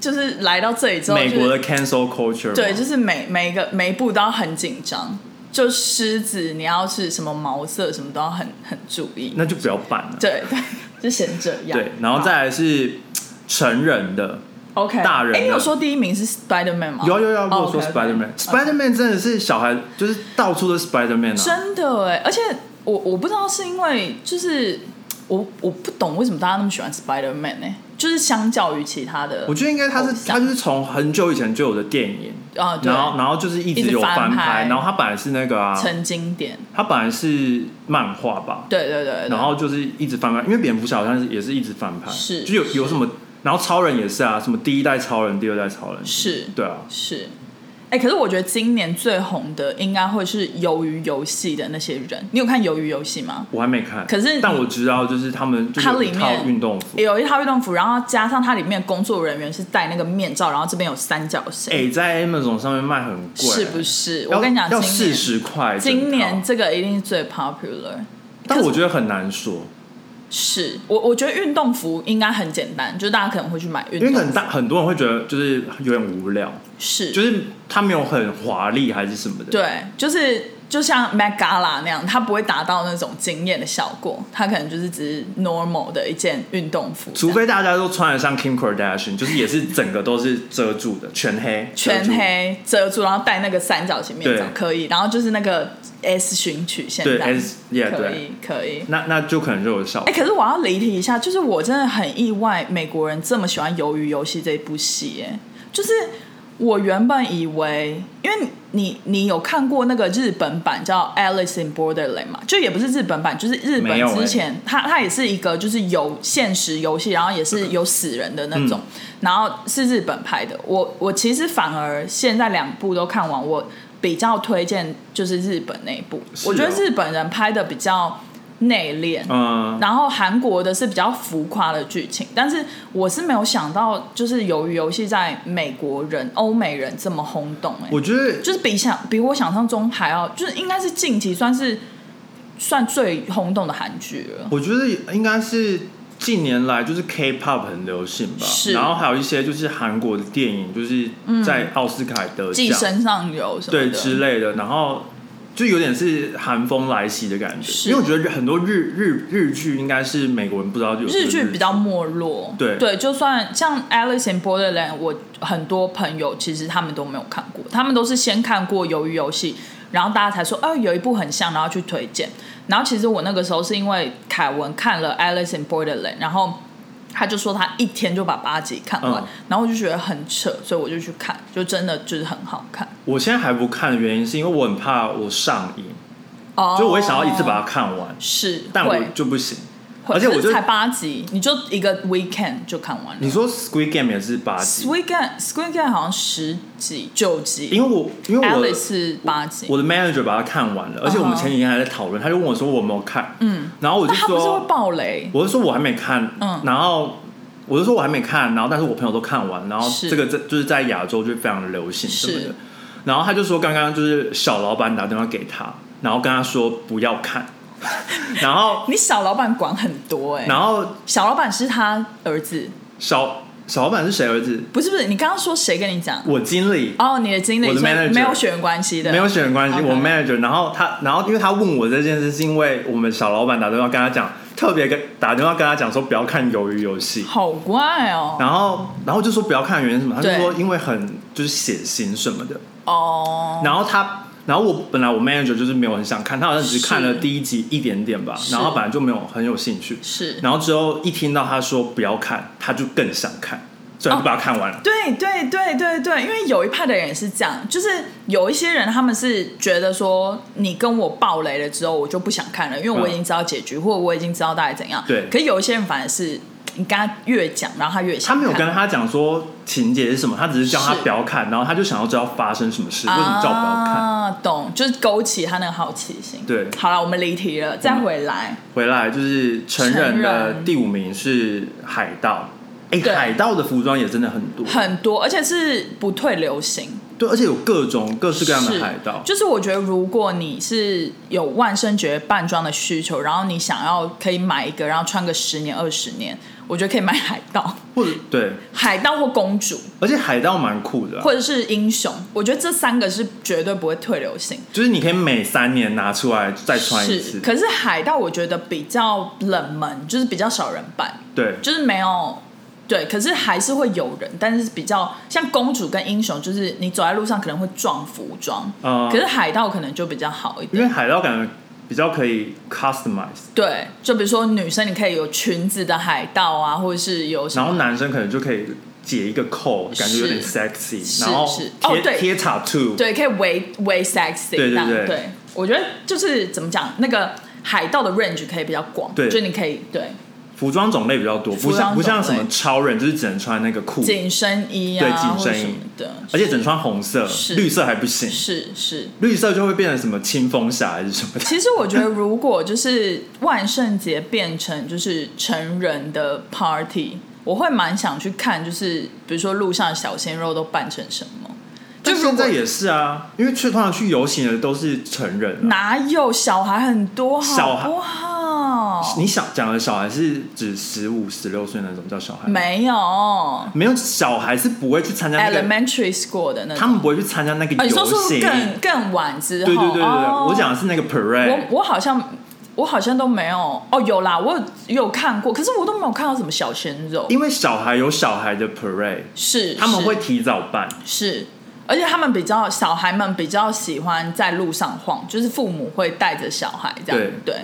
Speaker 2: 就是来到这里之后，
Speaker 1: 美国
Speaker 2: 就是
Speaker 1: 的 cancel culture，吗
Speaker 2: 对，就是每每一个每一步都要很紧张。就狮子，你要是什么毛色，什么都要很很注意。
Speaker 1: 那就不要扮了。
Speaker 2: 对 对，就先这样。
Speaker 1: 对，然后再来是成人的，
Speaker 2: 好 OK
Speaker 1: 大人的
Speaker 2: 哎，你有说第一名是 Spider Man 吗？哦
Speaker 1: 有有有，我有说啊
Speaker 2: OK，OK
Speaker 1: Spider Man，Spider Man 真的是小孩，就是到处都是 Spider Man 啊。
Speaker 2: 真的哎，而且我我不知道是因为就是我我不懂为什么大家那么喜欢 Spider Man 呢？就是相较于其他的，
Speaker 1: 我觉得应该他
Speaker 2: 偶
Speaker 1: 是
Speaker 2: 像
Speaker 1: 他就是从很久以前就有的电影，
Speaker 2: 啊，对
Speaker 1: 然，后然后就是一
Speaker 2: 一直
Speaker 1: 直有
Speaker 2: 翻
Speaker 1: 翻
Speaker 2: 拍
Speaker 1: 拍，然后他本来是那个啊，
Speaker 2: 成经典，
Speaker 1: 他本来是漫画吧，
Speaker 2: 对对对，对
Speaker 1: 然后就是一直翻拍，因为蝙蝠侠好像是也是一直翻拍，
Speaker 2: 是
Speaker 1: 就有
Speaker 2: 是
Speaker 1: 有什么，然后超人也是啊，什么第一代超人、第二代超人，
Speaker 2: 是
Speaker 1: 对啊，
Speaker 2: 是。哎、可是我觉得今年最红的应该会是《鱿鱼游戏》的那些人。你有看《鱿鱼游戏》吗？
Speaker 1: 我还没看，
Speaker 2: 可是
Speaker 1: 但我知道就是他们就是有一
Speaker 2: 它里
Speaker 1: 套
Speaker 2: 面
Speaker 1: 运动服，
Speaker 2: 有一套运动服，然后加上它里面的工作人员是戴那个面罩，然后这边有三角形，
Speaker 1: 哎，在 Amazon 上面卖很贵，
Speaker 2: 是不是？
Speaker 1: 要？
Speaker 2: 我跟你讲，
Speaker 1: 要
Speaker 2: 今
Speaker 1: 四
Speaker 2: 年
Speaker 1: 十哦块整套，
Speaker 2: 今年这个一定是最 popular。
Speaker 1: 但我觉得
Speaker 2: 得
Speaker 1: 很难说，
Speaker 2: 是我，我觉得运动服应该很简单，就是大家可能会去买运
Speaker 1: 因为
Speaker 2: 动服，
Speaker 1: 可能大很多人会觉得就是有点无聊，
Speaker 2: 是
Speaker 1: 就是它没有很华丽还是什么的，
Speaker 2: 对，就是就像 Met Gala 那样，它不会达到那种惊艳的效果，它可能就是只是 normal 的一件运动服，
Speaker 1: 除非大家都穿得像 Kim Kardashian，就是也是整个都是遮住的，全黑，
Speaker 2: 全
Speaker 1: 遮住。
Speaker 2: 黑遮住，然后戴那个三角形面罩
Speaker 1: 对
Speaker 2: 可以，然后就是那个 S 型曲线
Speaker 1: 对
Speaker 2: 这样
Speaker 1: ，S- yeah，
Speaker 2: 可
Speaker 1: 对
Speaker 2: 以可以。
Speaker 1: 那那就可能就有效
Speaker 2: 哎、。可是我要离题一下，就是我真的很意外，美国人这么喜欢《鱿鱼游戏》这一部戏，哎，就是我原本以为，因为你你有看过那个日本版叫《Alice in Borderland》嘛，就也不是日本版，就是日
Speaker 1: 没有
Speaker 2: 本
Speaker 1: 哎
Speaker 2: 之前，它它也是一个就是有现实游戏，然后也
Speaker 1: 嗯
Speaker 2: 是有死人的那种，然后是日本拍的。我我其实反而现在两部都看完，我比较推荐就是日本那一部，
Speaker 1: 是
Speaker 2: 我觉得
Speaker 1: 哦
Speaker 2: 日本人拍的比较内敛，
Speaker 1: 嗯，
Speaker 2: 然后韩国的是比较浮夸的剧情，但是我是没有想到，就是《鱿鱼游戏》在美国人、欧美人这么轰动、欸，
Speaker 1: 我觉得
Speaker 2: 就是比想比我想象中还要，就是应该是近期算是算最轰动的韩剧了。
Speaker 1: 我觉得应该是近年来就是 K-pop 很流行吧，
Speaker 2: 是嗯
Speaker 1: 然后还有一些就是韩国的电影，就是在奥斯卡得
Speaker 2: 寄
Speaker 1: 奖、
Speaker 2: 生上游什么
Speaker 1: 对之
Speaker 2: 的，
Speaker 1: 类的，然后。就有点是韩风来袭的感
Speaker 2: 是
Speaker 1: 觉，因为我觉得很多日日日剧应该是美国人不知道有这个
Speaker 2: 日剧比较没落。
Speaker 1: 嗯对
Speaker 2: 对，就算像《Alice in Borderland》，我很多朋友其实他们都没有看过，他们都是先看过《鱿鱼游戏》，然后大家才说哦有一部很像，然后去推荐。然后其实我那个时候是因为凯文看了《Alice in Borderland》，然后他就说他一天就把八集看完，
Speaker 1: 嗯
Speaker 2: 然后我就觉得很扯，所以我就去看，就真的就是很好看。
Speaker 1: 我现在还不看的原因是因为我很怕我上瘾，
Speaker 2: 哦，
Speaker 1: 就我也想要一次把它看完，
Speaker 2: 是，
Speaker 1: 但我
Speaker 2: 会
Speaker 1: 就不行。
Speaker 2: 会
Speaker 1: 而且我
Speaker 2: 可是
Speaker 1: 就
Speaker 2: 才八集，你就一个 weekend 就看完了
Speaker 1: 你。说《Squid Game》也是八集，
Speaker 2: Squid Game Squid Game 好像十集九集
Speaker 1: 因为我因为我
Speaker 2: ，Alice 是八集。
Speaker 1: 我的 manager 把它看完了，而且我们
Speaker 2: 嗯哼
Speaker 1: 前几天还在讨论，他就问我说我有没有看，嗯，然后我就
Speaker 2: 那他不是会
Speaker 1: 说，
Speaker 2: 爆雷？
Speaker 1: 我就说我还没看，
Speaker 2: 嗯
Speaker 1: 然后我就说我还没看，然后但是我朋友都看完，然后
Speaker 2: 是
Speaker 1: 这个在就是在亚洲就非常流行什么
Speaker 2: 是
Speaker 1: 的，然后他就说刚刚就是小老板打电话给他，然后跟他说不要看， 然后
Speaker 2: 你小老板管很多哎、
Speaker 1: 然后
Speaker 2: 小老板是他儿子，
Speaker 1: 小小老板是谁儿子？
Speaker 2: 不是不是，你刚刚说谁跟你讲？
Speaker 1: 我经理。
Speaker 2: 哦，你的经理
Speaker 1: 我的
Speaker 2: 所以
Speaker 1: manager
Speaker 2: 没有血缘关系的，
Speaker 1: 没有血缘关系
Speaker 2: OK
Speaker 1: 我 manager，然后他，然后因为他问我这件事，是因为我们小老板打电话跟他讲，特别跟打电话跟他讲说不要看鱿鱼游戏，
Speaker 2: 好怪哦。
Speaker 1: 然后然后就说不要看原因是什么，他就
Speaker 2: 对
Speaker 1: 说因为很就是血腥什么的，
Speaker 2: 哦，
Speaker 1: 然后他。然后我本来我 manager 就是没有很想看，他好像只
Speaker 2: 是
Speaker 1: 看了第一集一点点吧，
Speaker 2: 是
Speaker 1: 然后他本来就没有很有兴趣。
Speaker 2: 是
Speaker 1: 然后之后一听到他说不要看，他就更想看。虽
Speaker 2: 哦
Speaker 1: 然就把它看完了。
Speaker 2: 对对对对对，因为有一派的人也是这样，就是有一些人他们是觉得说，你跟我爆雷了之后，我就不想看了，因为我已经知道结局，或者我已经知道大概怎样。
Speaker 1: 对
Speaker 2: 可是有一些人反而是你跟他越讲，然后他越想
Speaker 1: 他
Speaker 2: 看。
Speaker 1: 没有跟他讲说情节是什么，他只是叫他
Speaker 2: 是
Speaker 1: 不要看，然后他就想要知道发生什么事，为什么叫我不要看？
Speaker 2: 啊，懂，就是勾起他那个好奇心。
Speaker 1: 对
Speaker 2: 好了，我们离题了，再回来。
Speaker 1: 回来就是成人
Speaker 2: 成
Speaker 1: 的
Speaker 2: 人
Speaker 1: 第五名是海盗，哎、
Speaker 2: 对
Speaker 1: 海盗的服装也真的很多，
Speaker 2: 很多，而且是不退流行。
Speaker 1: 对，而且有各种各式各样的
Speaker 2: 是
Speaker 1: 海盗，
Speaker 2: 就是我觉得，如果你是有万圣节扮装的需求，然后你想要可以买一个，然后穿个十年二十年，我觉得可以买海盗、
Speaker 1: 或者对，
Speaker 2: 海盗或公主，
Speaker 1: 而且海盗蛮酷的啊、
Speaker 2: 或者是英雄。我觉得这三个是绝对不会退流行。
Speaker 1: 就是你可以每三年拿出来再穿一
Speaker 2: 是，
Speaker 1: 次，
Speaker 2: 可是海盗我觉得比较冷门，就是比较少人扮，
Speaker 1: 对，
Speaker 2: 就是没有。对，可是还是会有人，但是比较像公主跟英雄，就是你走在路上可能会撞服装，
Speaker 1: 呃
Speaker 2: 可，是海盗可能就比较好一点
Speaker 1: 因。为海盗感觉比较可以 customize，
Speaker 2: 对，就比如说女生，你可以有裙子的海盗啊，或者是有什
Speaker 1: 然
Speaker 2: 么
Speaker 1: 后男生可能就可以解一个扣，感觉有点 sexy，然后
Speaker 2: 是哦
Speaker 1: 贴
Speaker 2: 对
Speaker 1: 贴 tattoo，
Speaker 2: 对，可以围围 sexy
Speaker 1: 对对
Speaker 2: 这样。
Speaker 1: 对
Speaker 2: 我觉得就是怎么讲，那个海盗的 range 可以比较广，
Speaker 1: 对
Speaker 2: 就你可以对
Speaker 1: 服装种类比较多，不
Speaker 2: 服装
Speaker 1: 像不像
Speaker 2: 种
Speaker 1: 什
Speaker 2: 类
Speaker 1: 么超人，就是只能穿那个裤，
Speaker 2: 紧身衣
Speaker 1: 对
Speaker 2: 啊，
Speaker 1: 紧
Speaker 2: 或者
Speaker 1: 身
Speaker 2: 什
Speaker 1: 衣
Speaker 2: 么的，
Speaker 1: 而且只能穿红色，
Speaker 2: 是
Speaker 1: 绿色还不行，
Speaker 2: 是是。
Speaker 1: 绿色就会变成什么清风侠还是什么的。
Speaker 2: 其实我觉得，如果就是万圣节变成就是成人的 party，我会蛮想去看，就是比如说路上的小鲜肉都扮成什么。就
Speaker 1: 但
Speaker 2: 如
Speaker 1: 现
Speaker 2: 果
Speaker 1: 在也是啊，因为去通常去游行的都是成人、啊，
Speaker 2: 哪有小孩很多，
Speaker 1: 小孩
Speaker 2: 好不好？
Speaker 1: 你想讲的小孩是指十五、十六岁那种叫小孩，
Speaker 2: 没有
Speaker 1: 没有小孩是不会去参加那个，
Speaker 2: elementary school 的那
Speaker 1: 他
Speaker 2: 种。
Speaker 1: 们不会去参加那个
Speaker 2: 啊，你
Speaker 1: 游
Speaker 2: 说是不
Speaker 1: 行。
Speaker 2: 是更更晚之后？
Speaker 1: 对对对对对，
Speaker 2: 哦
Speaker 1: 我讲的是那个 parade，
Speaker 2: 我我好像我好像都没有哦，有啦，我有有看过，可是我都没有看到什么小鲜肉。
Speaker 1: 因为小孩有小孩的 parade，
Speaker 2: 是
Speaker 1: 他们
Speaker 2: 是
Speaker 1: 会提早办，
Speaker 2: 是，而且他们比较小孩们比较喜欢在路上晃，就是父母会带着小孩这样对。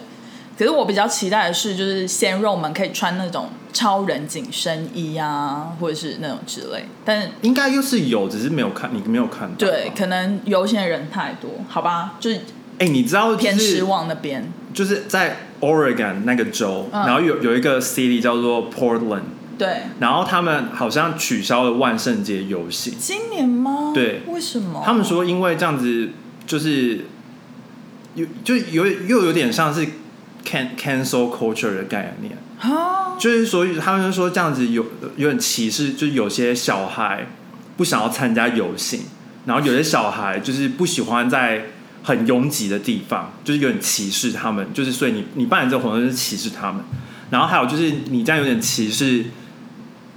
Speaker 2: 可是我比较期待的是，就是鲜肉们可以穿那种超人紧身衣啊，或者是那种之类。但是
Speaker 1: 应该又是有，只是没有看，你没有看到。
Speaker 2: 对，可能游行的人太多，好吧，就是
Speaker 1: 哎、你知道、就是、
Speaker 2: 偏失望那边。
Speaker 1: 就是在 Oregon 那个州，
Speaker 2: 嗯
Speaker 1: 然后有有一个 city 叫做 Portland，
Speaker 2: 对，
Speaker 1: 然后他们好像取消了万圣节游行，
Speaker 2: 今年吗？
Speaker 1: 对
Speaker 2: 为什么？
Speaker 1: 他们说因为这样子就是有就有又有点像是 can cancel culture 的概念，
Speaker 2: 啊，
Speaker 1: 就是所以他们就说这样子有有点歧视，就是有些小孩不想要参加游行，然后有些小孩就是不喜欢在很拥挤的地方，就是有点歧视他们，就是所以你你扮演这个活动就是歧视他们，然后还有就是你这样有点歧视。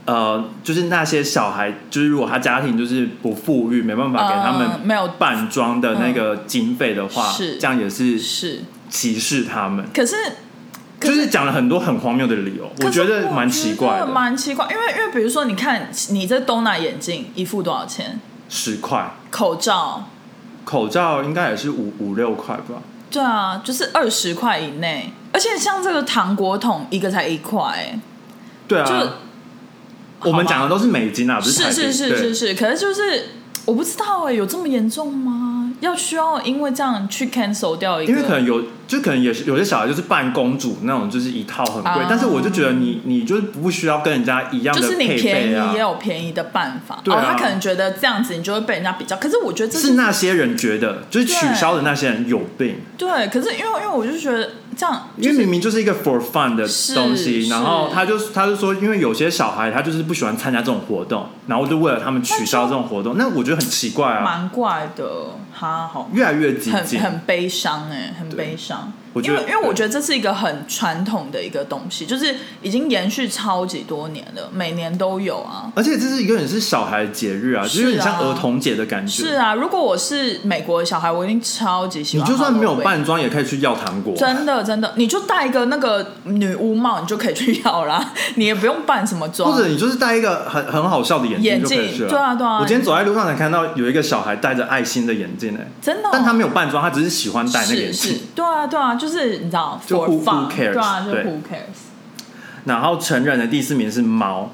Speaker 1: 呃，就是那些小孩，就是如果他家庭就是不富裕，没办法给他
Speaker 2: 嗯
Speaker 1: 们
Speaker 2: 没有
Speaker 1: 扮装的那个经费的话，
Speaker 2: 嗯是
Speaker 1: 这样也是
Speaker 2: 是，
Speaker 1: 歧视他们。
Speaker 2: 可是可
Speaker 1: 就是是讲了很多很荒谬的理由，我觉得蛮奇怪
Speaker 2: 的，
Speaker 1: 的。
Speaker 2: 蛮奇怪，因为因为比如说，你看你这东南眼镜一副多少钱？
Speaker 1: 十块
Speaker 2: 口罩，
Speaker 1: 口罩应该也是五五六块吧？
Speaker 2: 对啊，就是二十块以内，而且像这个糖果桶一个才一块、欸
Speaker 1: 对
Speaker 2: 就
Speaker 1: 啊，我们讲的都是美金啊，不
Speaker 2: 是
Speaker 1: 台币。
Speaker 2: 是是是
Speaker 1: 对
Speaker 2: 是，可是就是我不知道哎、有这么严重吗？要需要因为这样去 cancel 掉一个？
Speaker 1: 因为可能有，就可能也是有些小孩就是扮公主那种，就是一套很贵，
Speaker 2: 啊
Speaker 1: 但是我就觉得你你就是不需要跟人家一样
Speaker 2: 就
Speaker 1: 的
Speaker 2: 是你
Speaker 1: 配
Speaker 2: 便
Speaker 1: 备
Speaker 2: 宜
Speaker 1: 啊
Speaker 2: 也。有便宜的办法，
Speaker 1: 对啊
Speaker 2: 哦，他可能觉得这样子你就会被人家比较，可是我觉得这
Speaker 1: 是那些人觉得，就是取消的那些人有病，
Speaker 2: 对，可是因为因为我就觉得这样
Speaker 1: 因为明明就是一个 for fun 的
Speaker 2: 是
Speaker 1: 东西，
Speaker 2: 是
Speaker 1: 然后他就他就说，因为有些小孩他就是不喜欢参加这种活动，然后就为了他们取消这种活动，那我觉得很奇怪啊。
Speaker 2: 蛮怪的，哈，好
Speaker 1: 越来越激
Speaker 2: 很
Speaker 1: 进，
Speaker 2: 很悲伤哎、很悲伤。
Speaker 1: 我觉
Speaker 2: 因
Speaker 1: 得
Speaker 2: 为因为我觉得这是一个很传统的一个东西，就是已经延续超级多年了，每年都有啊。
Speaker 1: 而且这是一个点是小孩节日啊，
Speaker 2: 是啊
Speaker 1: 就有点像儿童节的感觉。
Speaker 2: 是啊，如果我是美国的小孩，我一定超级喜
Speaker 1: 你
Speaker 2: 欢。
Speaker 1: 就算没有，扮装，也可以去要糖果。
Speaker 2: 真的真的，你就戴一个那个女巫帽，你就可以去要啦， 你也不用扮什么妆，
Speaker 1: 或者你就是戴一个很很好笑的眼镜
Speaker 2: 眼
Speaker 1: 就可
Speaker 2: 镜
Speaker 1: 以去了。
Speaker 2: 对啊对啊
Speaker 1: 我今天走在路上才看到有一个小孩戴着爱心的眼镜哎，
Speaker 2: 真的哦、
Speaker 1: 但他没有扮装，他只是喜欢戴那个眼
Speaker 2: 是是
Speaker 1: 镜。，
Speaker 2: 对啊对啊，就是你知道
Speaker 1: 就
Speaker 2: for
Speaker 1: who- who
Speaker 2: fun，
Speaker 1: cares，
Speaker 2: 对啊，就
Speaker 1: 对
Speaker 2: who cares。
Speaker 1: 然后成人的第四名是猫，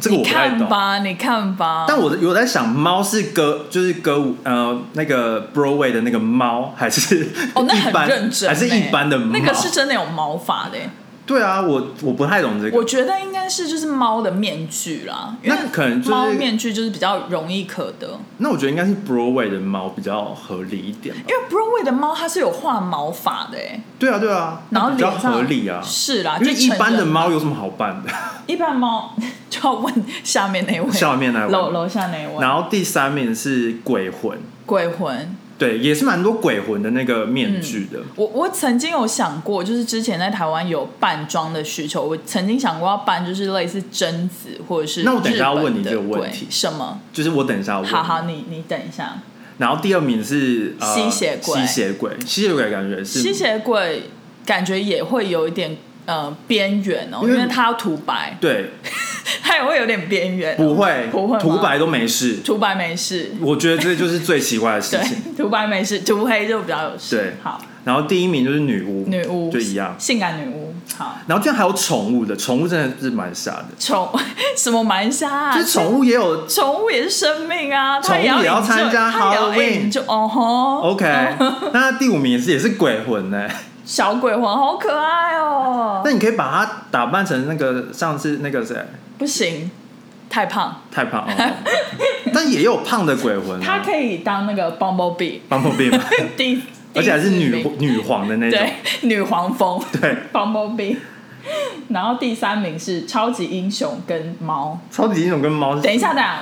Speaker 1: 这个我
Speaker 2: 你
Speaker 1: 不太
Speaker 2: 看
Speaker 1: 懂。
Speaker 2: 吧，你看吧。
Speaker 1: 但我有在想，猫是歌，就是歌舞，呃，那个 Broadway 的那个猫，还是
Speaker 2: 哦，那
Speaker 1: 一般
Speaker 2: 很认真欸，
Speaker 1: 还是一般的猫？
Speaker 2: 那个是真的有毛发的欸，
Speaker 1: 对啊，我我不太懂这
Speaker 2: 我
Speaker 1: 个。
Speaker 2: 觉得应该是就是猫的面具啦，因为
Speaker 1: 那可能就是
Speaker 2: 猫面具就是比较容易可得，
Speaker 1: 那我觉得应该是 Broadway 的猫比较合理一点吧。
Speaker 2: 因为 Broadway 的猫它是有画毛发的欸，
Speaker 1: 对啊，对啊，
Speaker 2: 然后
Speaker 1: 比较
Speaker 2: 脸上
Speaker 1: 合理啊。
Speaker 2: 是啦，
Speaker 1: 因为
Speaker 2: 就
Speaker 1: 一
Speaker 2: 成
Speaker 1: 般的
Speaker 2: 人
Speaker 1: 猫有什么好办的？
Speaker 2: 一般猫 就要问下面那位，
Speaker 1: 下面那位
Speaker 2: 楼楼下那位
Speaker 1: 然后第三名是鬼魂，
Speaker 2: 鬼魂。
Speaker 1: 对，也是蛮多鬼魂的那个面具的。
Speaker 2: 我我曾经有想过，就是之前在台湾有扮装的需求，我曾经想过要扮就是类似贞子或者是
Speaker 1: 那我等一下要
Speaker 2: 日本
Speaker 1: 问你
Speaker 2: 的
Speaker 1: 这个问
Speaker 2: 鬼
Speaker 1: 题
Speaker 2: 什么？
Speaker 1: 就是我等一下我问你。
Speaker 2: 好好，你你等一下，
Speaker 1: 然后第二名是、呃、
Speaker 2: 吸血鬼
Speaker 1: 吸血鬼，吸血鬼感觉是
Speaker 2: 吸血鬼感觉也会有一点呃边缘哦，
Speaker 1: 因
Speaker 2: 因
Speaker 1: 为
Speaker 2: 为它要涂白，
Speaker 1: 对，
Speaker 2: 它也会有点边缘、
Speaker 1: 不会
Speaker 2: 不会吗
Speaker 1: 涂白都没事。
Speaker 2: 涂白没事，
Speaker 1: 我觉得这就是最奇怪的事情。
Speaker 2: 对，涂白没事，涂黑就比较有事。
Speaker 1: 对
Speaker 2: 好，
Speaker 1: 然后第一名就是女巫，
Speaker 2: 女巫
Speaker 1: 就一样。
Speaker 2: 性感女巫，好。
Speaker 1: 然后这样还有宠物的，宠物真的是蛮傻的，
Speaker 2: 宠 什么蛮杀、啊？
Speaker 1: 就是宠物也有
Speaker 2: 宠物也是生命啊，它
Speaker 1: 宠物也要
Speaker 2: enjoy，
Speaker 1: 参加
Speaker 2: 它也要
Speaker 1: Halloween
Speaker 2: enjoy，哦吼
Speaker 1: OK
Speaker 2: 哦。
Speaker 1: 那第五名也是也是鬼魂呢、
Speaker 2: 小鬼魂好可爱哦。
Speaker 1: 那你可以把它打扮成那个上次那个谁
Speaker 2: 不行，太胖，
Speaker 1: 太胖 哦，但也有胖的鬼魂、
Speaker 2: 它
Speaker 1: 啊，
Speaker 2: 可以当那个 Bumblebee，
Speaker 1: Bumblebee 嘛，
Speaker 2: 第
Speaker 1: 啊而且还是
Speaker 2: 第
Speaker 1: 女
Speaker 2: 四名
Speaker 1: 女皇的那种
Speaker 2: 对。女黄蜂
Speaker 1: 对，
Speaker 2: Bumblebee，然后第三名是超级英雄跟猫。
Speaker 1: 超级英雄跟猫，
Speaker 2: 等一下，等一下，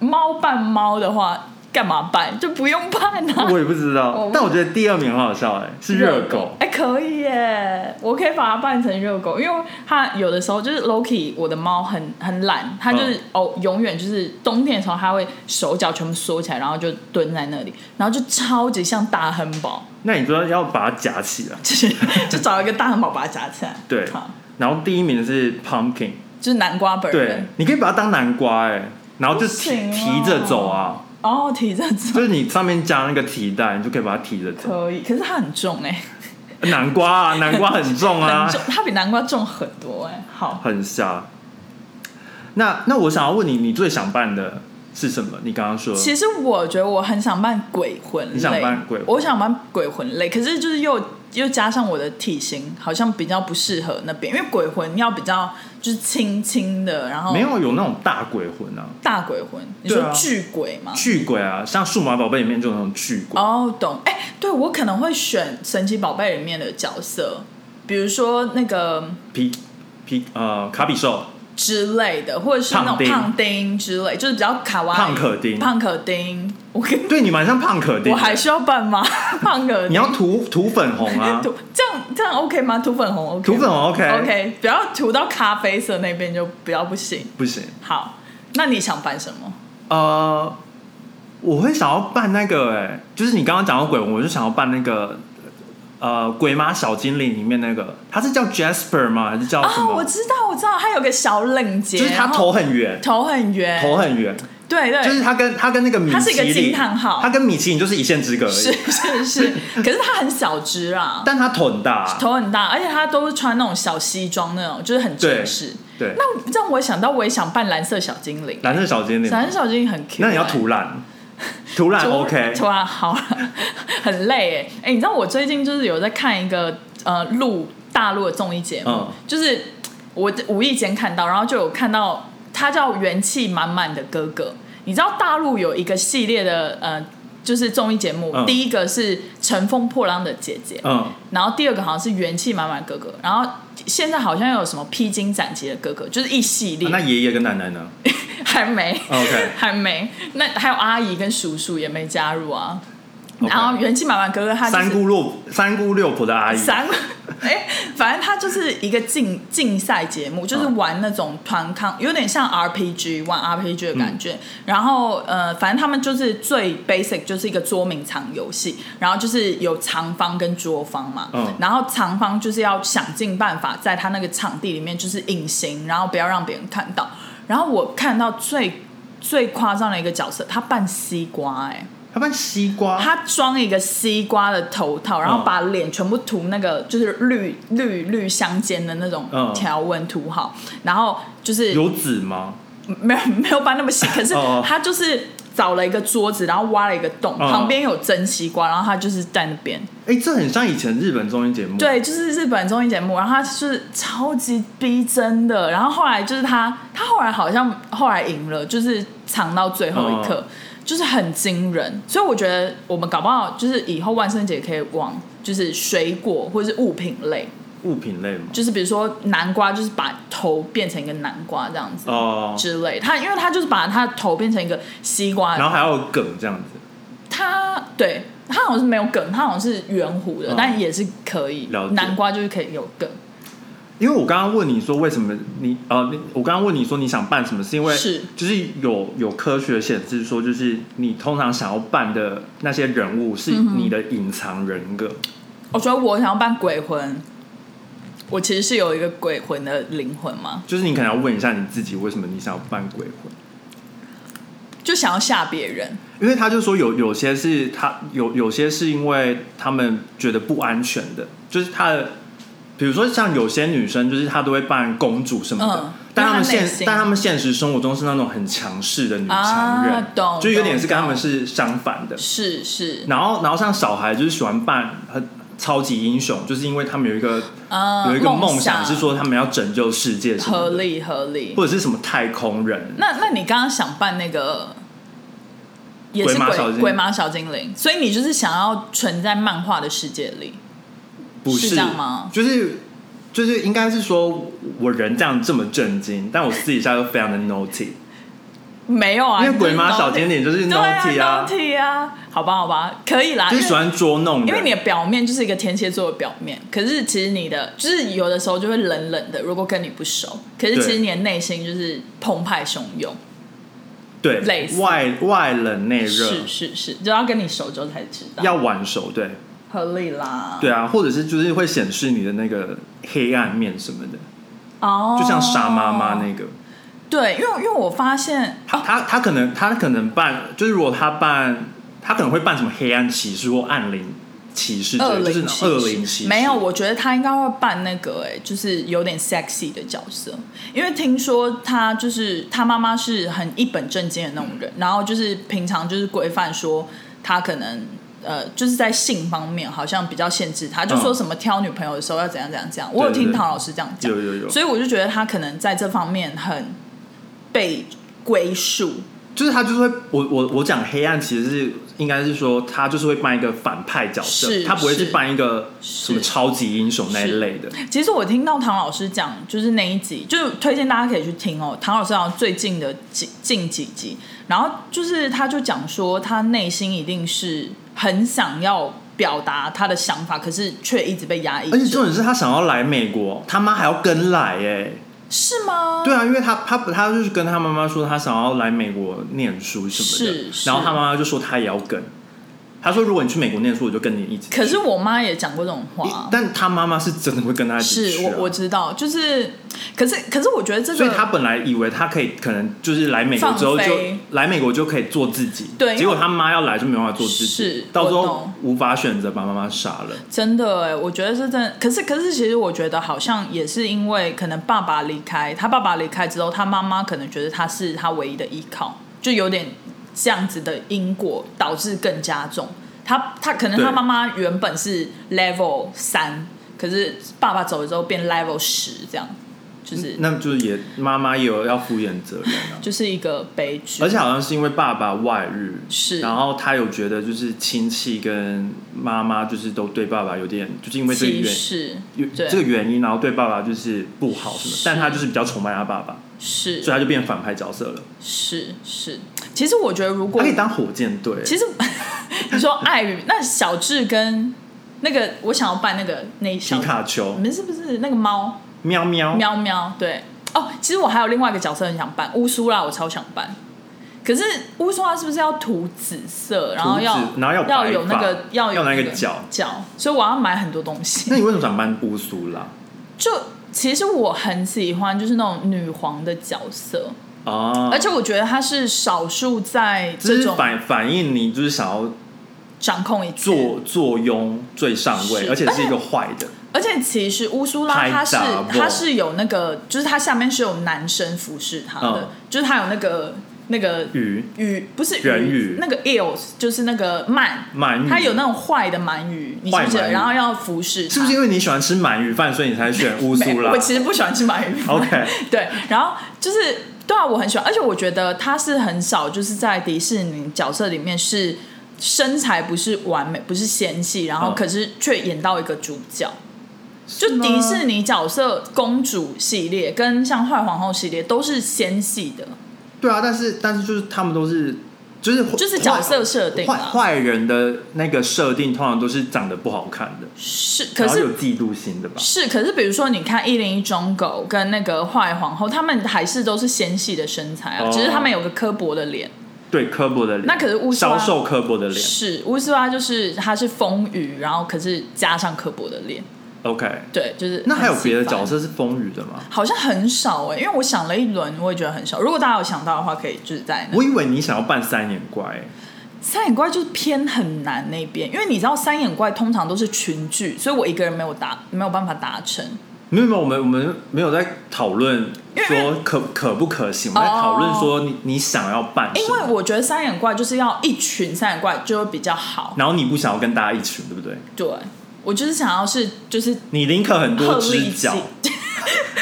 Speaker 2: 猫扮猫的话干嘛扮？就不用扮啊。
Speaker 1: 我也不知道
Speaker 2: 我，
Speaker 1: 但我觉得第二名很好笑哎、是热狗，
Speaker 2: 哎、可以耶！我可以把它扮成热狗，因为它有的时候就是 Loki，我的猫很很懒，它就是、
Speaker 1: 嗯
Speaker 2: 哦，永远就是冬天的时候，它会手脚全部缩起来，然后就蹲在那里，然后就超级像大亨堡，
Speaker 1: 那你说要把它夹起来，
Speaker 2: 就是 就找一个大亨堡把它夹起来。
Speaker 1: 对
Speaker 2: 好，
Speaker 1: 然后第一名是 pumpkin，
Speaker 2: 就是南瓜本
Speaker 1: 对
Speaker 2: 人。，
Speaker 1: 你可以把它当南瓜哎、然后就
Speaker 2: 不
Speaker 1: 提
Speaker 2: 行
Speaker 1: 提着走啊，
Speaker 2: 哦，提着
Speaker 1: 就
Speaker 2: 走
Speaker 1: 是你上面加那个提袋，你就可以把它提着走。
Speaker 2: 可以，可是它很重哎、
Speaker 1: 南瓜啊，南瓜很重啊
Speaker 2: 很，重，它比南瓜重很多哎、好，
Speaker 1: 很瞎。那那我想要问你，你最想办的是什么？你刚刚说，
Speaker 2: 其实我觉得我很想扮鬼魂类，
Speaker 1: 你想扮鬼魂
Speaker 2: 我想扮鬼魂类，可是就是又又加上我的体型，好像比较不适合那边，因为鬼魂要比较就是轻轻的，然后
Speaker 1: 没有有那种大鬼魂啊，
Speaker 2: 大鬼魂，你
Speaker 1: 对啊
Speaker 2: 说巨鬼吗？
Speaker 1: 巨鬼啊，像数码宝贝里面就有那种巨鬼，
Speaker 2: 哦，懂，哎、对我可能会选神奇宝贝里面的角色，比如说那个
Speaker 1: 皮皮呃卡比兽，
Speaker 2: 之类的，或者是那
Speaker 1: 胖
Speaker 2: 种
Speaker 1: 丁
Speaker 2: 胖丁之类，就是比较卡哇伊
Speaker 1: 胖可丁
Speaker 2: 胖可丁，我跟
Speaker 1: 对你蛮像胖可丁的，
Speaker 2: 我还需要扮吗？ 胖可丁
Speaker 1: 你要涂涂粉红 啊，
Speaker 2: 涂这样这样 OK 吗？涂粉红 OK
Speaker 1: 涂
Speaker 2: 吗。
Speaker 1: 粉红 OK
Speaker 2: OK，不要涂到咖啡色那边就比较不行。
Speaker 1: 不行，
Speaker 2: 好，那你想扮什么？
Speaker 1: 呃，我会想要扮那个、哎，就是你刚刚讲到鬼魂，我就想要扮那个呃鬼妈小精灵里面那个，他是叫 Jasper 吗？还是叫什
Speaker 2: 哦，
Speaker 1: 么？
Speaker 2: 我知道，我知道，它有个小领结，
Speaker 1: 就是他
Speaker 2: 然后
Speaker 1: 头很圆，
Speaker 2: 头很圆，
Speaker 1: 头很圆，
Speaker 2: 对对，
Speaker 1: 就是他跟他跟那个米
Speaker 2: 他是一个
Speaker 1: 奇
Speaker 2: 惊
Speaker 1: 里，
Speaker 2: 叹号
Speaker 1: 他跟米奇里就是一线之隔而
Speaker 2: 是
Speaker 1: 已，
Speaker 2: 是是，可是它很小只啊，
Speaker 1: 但他头很大、啊，
Speaker 2: 头很大，而且它都是穿那种小西装那种，就是很
Speaker 1: 对
Speaker 2: 正式。
Speaker 1: 对，
Speaker 2: 那让我想到，我也想扮蓝色小精灵，
Speaker 1: 蓝色小精灵，
Speaker 2: 蓝色小精灵很 Q，
Speaker 1: 那你要
Speaker 2: 欸
Speaker 1: 涂蓝，涂蓝啊 OK，
Speaker 2: 突然好了， 很累哎、哎、你知道我最近就是有在看一个呃录大陆的综艺节目，
Speaker 1: 嗯
Speaker 2: 就是我无意间看到，然后就有看到他叫《元气满满的哥哥》，你知道大陆有一个系列的呃。就是综艺节目，
Speaker 1: 嗯
Speaker 2: 第一个是《乘风破浪的姐姐》，
Speaker 1: 嗯，
Speaker 2: 然后第二个好像是《元气满满的哥哥》，然后现在好像有什么《披荆斩棘的哥哥》，就是一系列，
Speaker 1: 啊那爷爷跟奶奶呢
Speaker 2: 还没
Speaker 1: OK
Speaker 2: 还没。那还有阿姨跟叔叔也没加入啊。
Speaker 1: OK
Speaker 2: 然后元气满满哥哥他就是
Speaker 1: 三姑六三姑六婆的阿姨，
Speaker 2: 三姑 哎、反正他就是一个竞竞赛节目，就是玩那种团康，有点像 RPG 玩 RPG 的感觉。然后呃，反正他们就是最 basic 就是一个捉迷藏游戏，然后就是有长方跟桌方嘛。
Speaker 1: 嗯
Speaker 2: 然后长方就是要想尽办法在他那个场地里面就是隐形，然后不要让别人看到。然后我看到最最夸张的一个角色，他扮西瓜哎、
Speaker 1: 他扮西瓜，
Speaker 2: 他装一个西瓜的头套，
Speaker 1: 嗯
Speaker 2: 然后把脸全部涂那个就是绿绿绿相间的那种
Speaker 1: 嗯
Speaker 2: 条纹涂好，然后就是
Speaker 1: 有籽吗？
Speaker 2: 没有 没有搬那 么细，可是
Speaker 1: 哦哦
Speaker 2: 他就是找了一个桌子，然后挖了一个洞，
Speaker 1: 哦
Speaker 2: 旁边有蒸西瓜，然后他就是在那边。
Speaker 1: 哎、这很像以前日本综艺节目。，
Speaker 2: 对，就是日本综艺节目，然后他就是超级逼真的，然后后来就是他，他后来好像后来赢了，就是藏到最后一
Speaker 1: 嗯
Speaker 2: 刻，就是很惊人。所以我觉得我们搞不好就是以后万圣节可以往就是水果或是物品类，
Speaker 1: 物品类嘛。
Speaker 2: 就是比如说南瓜，就是把头变成一个南瓜这样子
Speaker 1: 哦，
Speaker 2: 之类。他因为他就是把他的头变成一个西瓜，
Speaker 1: 然后还要有梗这样子，
Speaker 2: 他对他好像是没有梗，他好像是圆弧的，
Speaker 1: 哦
Speaker 2: 但也是可以
Speaker 1: 了。解
Speaker 2: 南瓜就是可以有梗。
Speaker 1: 因为我刚刚问你说为什么你呃，你我刚刚问你说你想办什么，是因为
Speaker 2: 是
Speaker 1: 就是有有科学显示说，就是你通常想要办的那些人物是
Speaker 2: 嗯
Speaker 1: 你的隐藏人格，
Speaker 2: 我觉得哦我想要扮鬼魂，我其实是有一个鬼魂的灵魂嘛，
Speaker 1: 就是你可能要问一下你自己为什么你想要扮鬼魂，
Speaker 2: 就想要吓别人。
Speaker 1: 因为他就说有有些是他有有些是因为他们觉得不安全的，就是他的，比如说像有些女生，就是她都会扮公主什么的，
Speaker 2: 嗯
Speaker 1: 但她们
Speaker 2: 因为她
Speaker 1: 现
Speaker 2: 内心
Speaker 1: 但她们现实生活中是那种很强势的女强人，
Speaker 2: 啊懂
Speaker 1: 就有点是跟
Speaker 2: 懂
Speaker 1: 他们是相反的。
Speaker 2: 是是，
Speaker 1: 然后然后像小孩就是喜欢扮很超级英雄，就是因为他们有一个、
Speaker 2: 啊，
Speaker 1: 有一个梦
Speaker 2: 梦
Speaker 1: 想是说他们要拯救世界什么
Speaker 2: 合
Speaker 1: 的，
Speaker 2: 理合理。
Speaker 1: 或者是什么太空人，
Speaker 2: 那那你刚刚想扮那个？也
Speaker 1: 鬼
Speaker 2: 是
Speaker 1: 马小精
Speaker 2: 鬼
Speaker 1: 灵
Speaker 2: 鬼马小精灵，所以你就是想要存在漫画的世界里，
Speaker 1: 不
Speaker 2: 是这样吗
Speaker 1: 就是就是应该是说我人这样这么震惊，但我私底下又非常的 naughty，
Speaker 2: 没有啊？
Speaker 1: 因为鬼马小
Speaker 2: 精
Speaker 1: 精灵就是
Speaker 2: 灵对
Speaker 1: naughty
Speaker 2: 啊
Speaker 1: 啊，
Speaker 2: ，naughty 啊，好吧好吧，可以啦，
Speaker 1: 就是
Speaker 2: 因为
Speaker 1: 喜欢捉弄人，
Speaker 2: 因为你的表面就是一个天蝎座的表面，可是其实你的就是有的时候就会冷冷的，如果跟你不熟，可是
Speaker 1: 对
Speaker 2: 其实你的内心就是澎湃汹涌，
Speaker 1: 对
Speaker 2: 类似
Speaker 1: 外外冷内热，
Speaker 2: 是是是，就要跟你熟之后才知道，
Speaker 1: 要晚熟对
Speaker 2: 合理啦，
Speaker 1: 对啊，或者是就是会显示你的那个黑暗面什么的，
Speaker 2: 哦，
Speaker 1: 就像傻妈妈那个。
Speaker 2: 对，因为因为我发现
Speaker 1: 他他他可能他可能办，就是如果他办，他可能会办什么黑暗骑士或暗灵骑士之
Speaker 2: 恶
Speaker 1: 类的，
Speaker 2: 灵
Speaker 1: 就是恶灵骑士。
Speaker 2: 没有，我觉得他应该会扮那个、哎，就是有点 sexy 的角色，因为听说他就是他妈妈是很一本正经的那种人，然后就是平常就是规范说他可能。呃，就是在性方面好像比较限制他，就说什么挑女朋友的时候要怎样怎样怎样。我有
Speaker 1: 对对
Speaker 2: 听
Speaker 1: 对
Speaker 2: 唐老师这样讲，
Speaker 1: 有有有，
Speaker 2: 所以我就觉得他可能在这方面很被归属。
Speaker 1: 就是他就是会，我我我讲黑暗其实是应该是说他就是会扮一个反派角色，
Speaker 2: 是
Speaker 1: 他不会
Speaker 2: 是
Speaker 1: 去扮一个什么超级英雄那一类的。
Speaker 2: 其实我听到唐老师讲，就是那一集，就是推荐大家可以去听哦。唐老师好像最近的几近几集，然后就是他就讲说，他内心一定是很想要表达他的想法，可是却一直被压抑
Speaker 1: 而且
Speaker 2: 着，
Speaker 1: 重点是他想要来美国，他妈还要跟来哎、
Speaker 2: 是吗？
Speaker 1: 对啊，因为他他他就是跟他妈妈说他想要来美国念书什么的，
Speaker 2: 是是
Speaker 1: 然后他妈妈就说他也要跟，他说如果你去美国念书，我就跟你一起去。
Speaker 2: 可是我妈也讲过这种话，
Speaker 1: 但他妈妈是真的会跟他一起
Speaker 2: 是
Speaker 1: 去、啊，
Speaker 2: 我我知道，就是，可是可是我觉得这个，
Speaker 1: 所以他本来以为他可以，可能就是来美国之后
Speaker 2: 嗯放
Speaker 1: 就
Speaker 2: 飞
Speaker 1: 来美国就可以做自己，
Speaker 2: 对因为
Speaker 1: 结果他妈要来就没办法做自己，
Speaker 2: 是
Speaker 1: 到时
Speaker 2: 我
Speaker 1: 候
Speaker 2: 懂
Speaker 1: 无法选择把妈妈杀了。
Speaker 2: 真的哎、我觉得是真的。可是，可是，其实我觉得好像也是因为可能爸爸离开，他爸爸离开之后，他妈妈可能觉得他是他唯一的依靠，就有点这样子的因果导致更加重。他他可能
Speaker 1: 对
Speaker 2: 他妈妈原本是 level 三，可是爸爸走了之后变 level 十，这样就是，
Speaker 1: 那就是也妈妈也有要负演责任啊
Speaker 2: 就是一个悲剧
Speaker 1: 而。且好像是因为爸爸外遇，
Speaker 2: 是
Speaker 1: 然后他有觉得就是亲戚跟妈妈就是都对爸爸有点，就是因为这个
Speaker 2: 歧
Speaker 1: 原
Speaker 2: 视
Speaker 1: 有
Speaker 2: 对
Speaker 1: 这个原因，然后对爸爸就是不好什么，
Speaker 2: 是
Speaker 1: 但他就是比较崇拜他爸爸，
Speaker 2: 是
Speaker 1: 所以他就变反派角色了，
Speaker 2: 是是。其实我觉得，如
Speaker 1: 他
Speaker 2: 果
Speaker 1: 可以当火箭队，
Speaker 2: 其实 你说爱与那小智跟那个我想要扮那个那
Speaker 1: 皮
Speaker 2: 小，
Speaker 1: 卡
Speaker 2: 你
Speaker 1: 丘
Speaker 2: 们是不是那个猫
Speaker 1: 喵喵
Speaker 2: 喵喵？对哦，其实我还有另外一个角色很想扮乌苏拉，我超想扮。可是乌苏拉是不是要涂紫色，然后
Speaker 1: 涂
Speaker 2: 要
Speaker 1: 紫然后要白
Speaker 2: 有那
Speaker 1: 发
Speaker 2: 个要有
Speaker 1: 要那个
Speaker 2: 个
Speaker 1: 角
Speaker 2: 角，所以我要买很多东西
Speaker 1: 那。你为什么想扮乌苏拉？
Speaker 2: 就其实我很喜欢就是那种女皇的角色，
Speaker 1: 哦，
Speaker 2: 而且我觉得她是少数在
Speaker 1: 这
Speaker 2: 这
Speaker 1: 是
Speaker 2: 种
Speaker 1: 反反映你就是想要
Speaker 2: 掌控一切
Speaker 1: 坐坐拥最上位，
Speaker 2: 是
Speaker 1: 而且是一个坏的，
Speaker 2: 而且其实乌苏拉她是
Speaker 1: 拍杂货
Speaker 2: 她是有那个，就是她下面是有男生服侍她的，
Speaker 1: 嗯
Speaker 2: 就是她有那个那个
Speaker 1: 鱼
Speaker 2: 鱼不是
Speaker 1: 人
Speaker 2: 鱼
Speaker 1: 鱼，
Speaker 2: 那个 eels 就是那个鳗，
Speaker 1: 鳗鱼
Speaker 2: 它有那种坏的鳗鱼，你记不记
Speaker 1: 坏鳗
Speaker 2: 得？
Speaker 1: 鱼
Speaker 2: 然后要服侍它，
Speaker 1: 是不是因为你喜欢吃鳗鱼饭，所以你才 选乌苏
Speaker 2: 没
Speaker 1: 拉
Speaker 2: 我其实不喜欢吃鳗鱼。
Speaker 1: ？OK，
Speaker 2: 对，然后就是对啊，我很喜欢，而且我觉得他是很少就是在迪士尼角色里面是身材不是完美，不是纤细，然后
Speaker 1: 嗯
Speaker 2: 可是却演到一个主角。就是
Speaker 1: 吗
Speaker 2: 迪士尼角色公主系列跟像坏皇后系列都是纤细的，
Speaker 1: 对啊，但是但是就是他们都是就是
Speaker 2: 就是
Speaker 1: 坏
Speaker 2: 角色设定
Speaker 1: 坏
Speaker 2: 啊，
Speaker 1: 坏人的那个设定通常都是长得不好看的，
Speaker 2: 是可
Speaker 1: 然后
Speaker 2: 是
Speaker 1: 有嫉妒心的吧？
Speaker 2: 是可是比如说你看一零一忠狗跟那个坏皇后，他们还是都是纤细的身材啊，
Speaker 1: 哦
Speaker 2: 只是他们有个刻薄的脸。
Speaker 1: 对，刻薄的脸，
Speaker 2: 那可是乌苏啊拉
Speaker 1: 消瘦刻薄的脸。
Speaker 2: 是乌苏拉，就是她是风雨，然后可是加上刻薄的脸，
Speaker 1: OK，
Speaker 2: 对，就是
Speaker 1: 那还有
Speaker 2: 很喜
Speaker 1: 别的
Speaker 2: 欢
Speaker 1: 角？色是风雨的吗？
Speaker 2: 好像很少哎、因为我想了一轮，我也觉得很少。如果大家有想到的话，可以就是在那
Speaker 1: 我以为你想要扮三眼怪、欸
Speaker 2: 三眼怪就是偏很难那边，因为你知道三眼怪通常都是群聚，所以我一个人没有达没有办法达成。
Speaker 1: 没有没有，我们我们没有在讨论
Speaker 2: 因为哦
Speaker 1: 说可可不可行，我们在讨论说你你想要扮什
Speaker 2: 因为
Speaker 1: 么，
Speaker 2: 我觉得三眼怪就是要一群三眼怪就会比较好。
Speaker 1: 然后你不想要跟大家一群，对不对？
Speaker 2: 对我就是想要是就是
Speaker 1: 你宁可很多
Speaker 2: 鹤立
Speaker 1: 只
Speaker 2: 鸡
Speaker 1: 脚，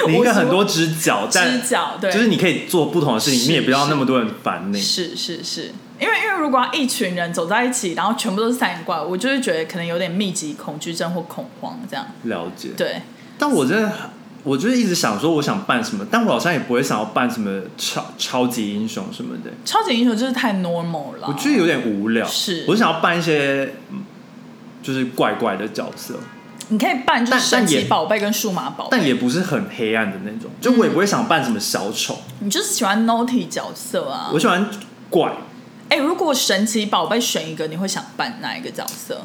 Speaker 1: 你宁
Speaker 2: 我
Speaker 1: 可
Speaker 2: 说
Speaker 1: 很多只脚，但
Speaker 2: 只脚，对，
Speaker 1: 就是你可以做不同的事情，
Speaker 2: 是
Speaker 1: 你也不要那么多人烦你。
Speaker 2: 是是是，因为因为如果要一群人走在一起，然后全部都是三眼怪，我就会觉得可能有点密集恐惧症或恐慌这样。
Speaker 1: 了解，
Speaker 2: 对，
Speaker 1: 但我真的很。我就是一直想说，我想扮什么，但我好像也不会想要扮什么超超级英雄什么的，
Speaker 2: 超级英雄就是太 normal 了。
Speaker 1: 我觉得有点无聊。
Speaker 2: 哦是
Speaker 1: 我想要扮一些嗯就是怪怪的角色，
Speaker 2: 你可以扮就是
Speaker 1: 但
Speaker 2: 神
Speaker 1: 但也
Speaker 2: 奇宝贝跟数码宝贝，
Speaker 1: 但也不是很黑暗的那种。就我也不会想扮什么小丑，
Speaker 2: 你就是喜欢 naughty 角色啊
Speaker 1: 我。喜欢怪，
Speaker 2: 哎、如果神奇宝贝选一个，你会想扮哪一个角色？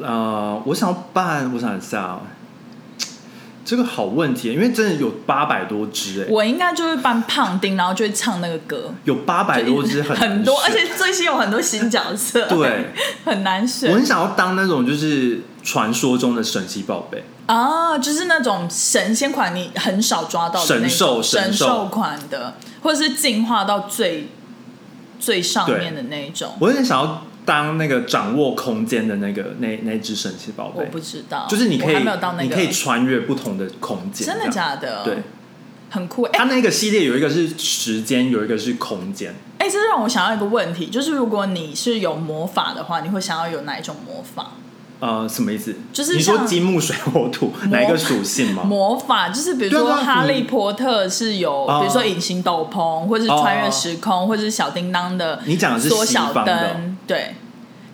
Speaker 1: 呃，我想要扮，我想一下哦，这个好问题，因为真的有八百多只哎、
Speaker 2: 我应该就会扮胖丁，然后就会唱那个歌。
Speaker 1: 有八百多哎只很
Speaker 2: 很多，
Speaker 1: 难
Speaker 2: 而
Speaker 1: 选
Speaker 2: 且最新有很多新角色，
Speaker 1: 对，
Speaker 2: 很难选。
Speaker 1: 我很想要当那种就是传说中的神奇宝贝，
Speaker 2: 啊，就是那种神仙款，你很少抓到的那种
Speaker 1: 神兽
Speaker 2: 神
Speaker 1: 神兽
Speaker 2: 兽款的，或者是进化到最最上
Speaker 1: 对
Speaker 2: 面的那一种，
Speaker 1: 我有点想要当那个掌握空间的那个那那只神奇宝
Speaker 2: 我
Speaker 1: 贝，
Speaker 2: 不知道，
Speaker 1: 就是你可
Speaker 2: 我
Speaker 1: 以
Speaker 2: 还没有到那个，
Speaker 1: 你可以穿越不同的空间，
Speaker 2: 真的
Speaker 1: 这样？
Speaker 2: 假的？
Speaker 1: 对，，
Speaker 2: 很酷。哎、
Speaker 1: 它那个系列有一个是时间，有一个是空间。
Speaker 2: 哎、这让我想到一个问题，就是如果你是有魔法的话，你会想要有哪一种魔法？
Speaker 1: 呃，什么意思？
Speaker 2: 就是
Speaker 1: 你
Speaker 2: 像
Speaker 1: 说金木水火 土哪一个属性吗？
Speaker 2: 魔法就是比如
Speaker 1: 对
Speaker 2: 说
Speaker 1: 啊对啊
Speaker 2: 哈利
Speaker 1: 你
Speaker 2: 波特是有，
Speaker 1: 哦
Speaker 2: 比如说隐形斗篷，或者是穿越时空，或者是小叮当的
Speaker 1: 你讲的是
Speaker 2: 缩
Speaker 1: 西
Speaker 2: 小
Speaker 1: 方的哦
Speaker 2: 灯，对，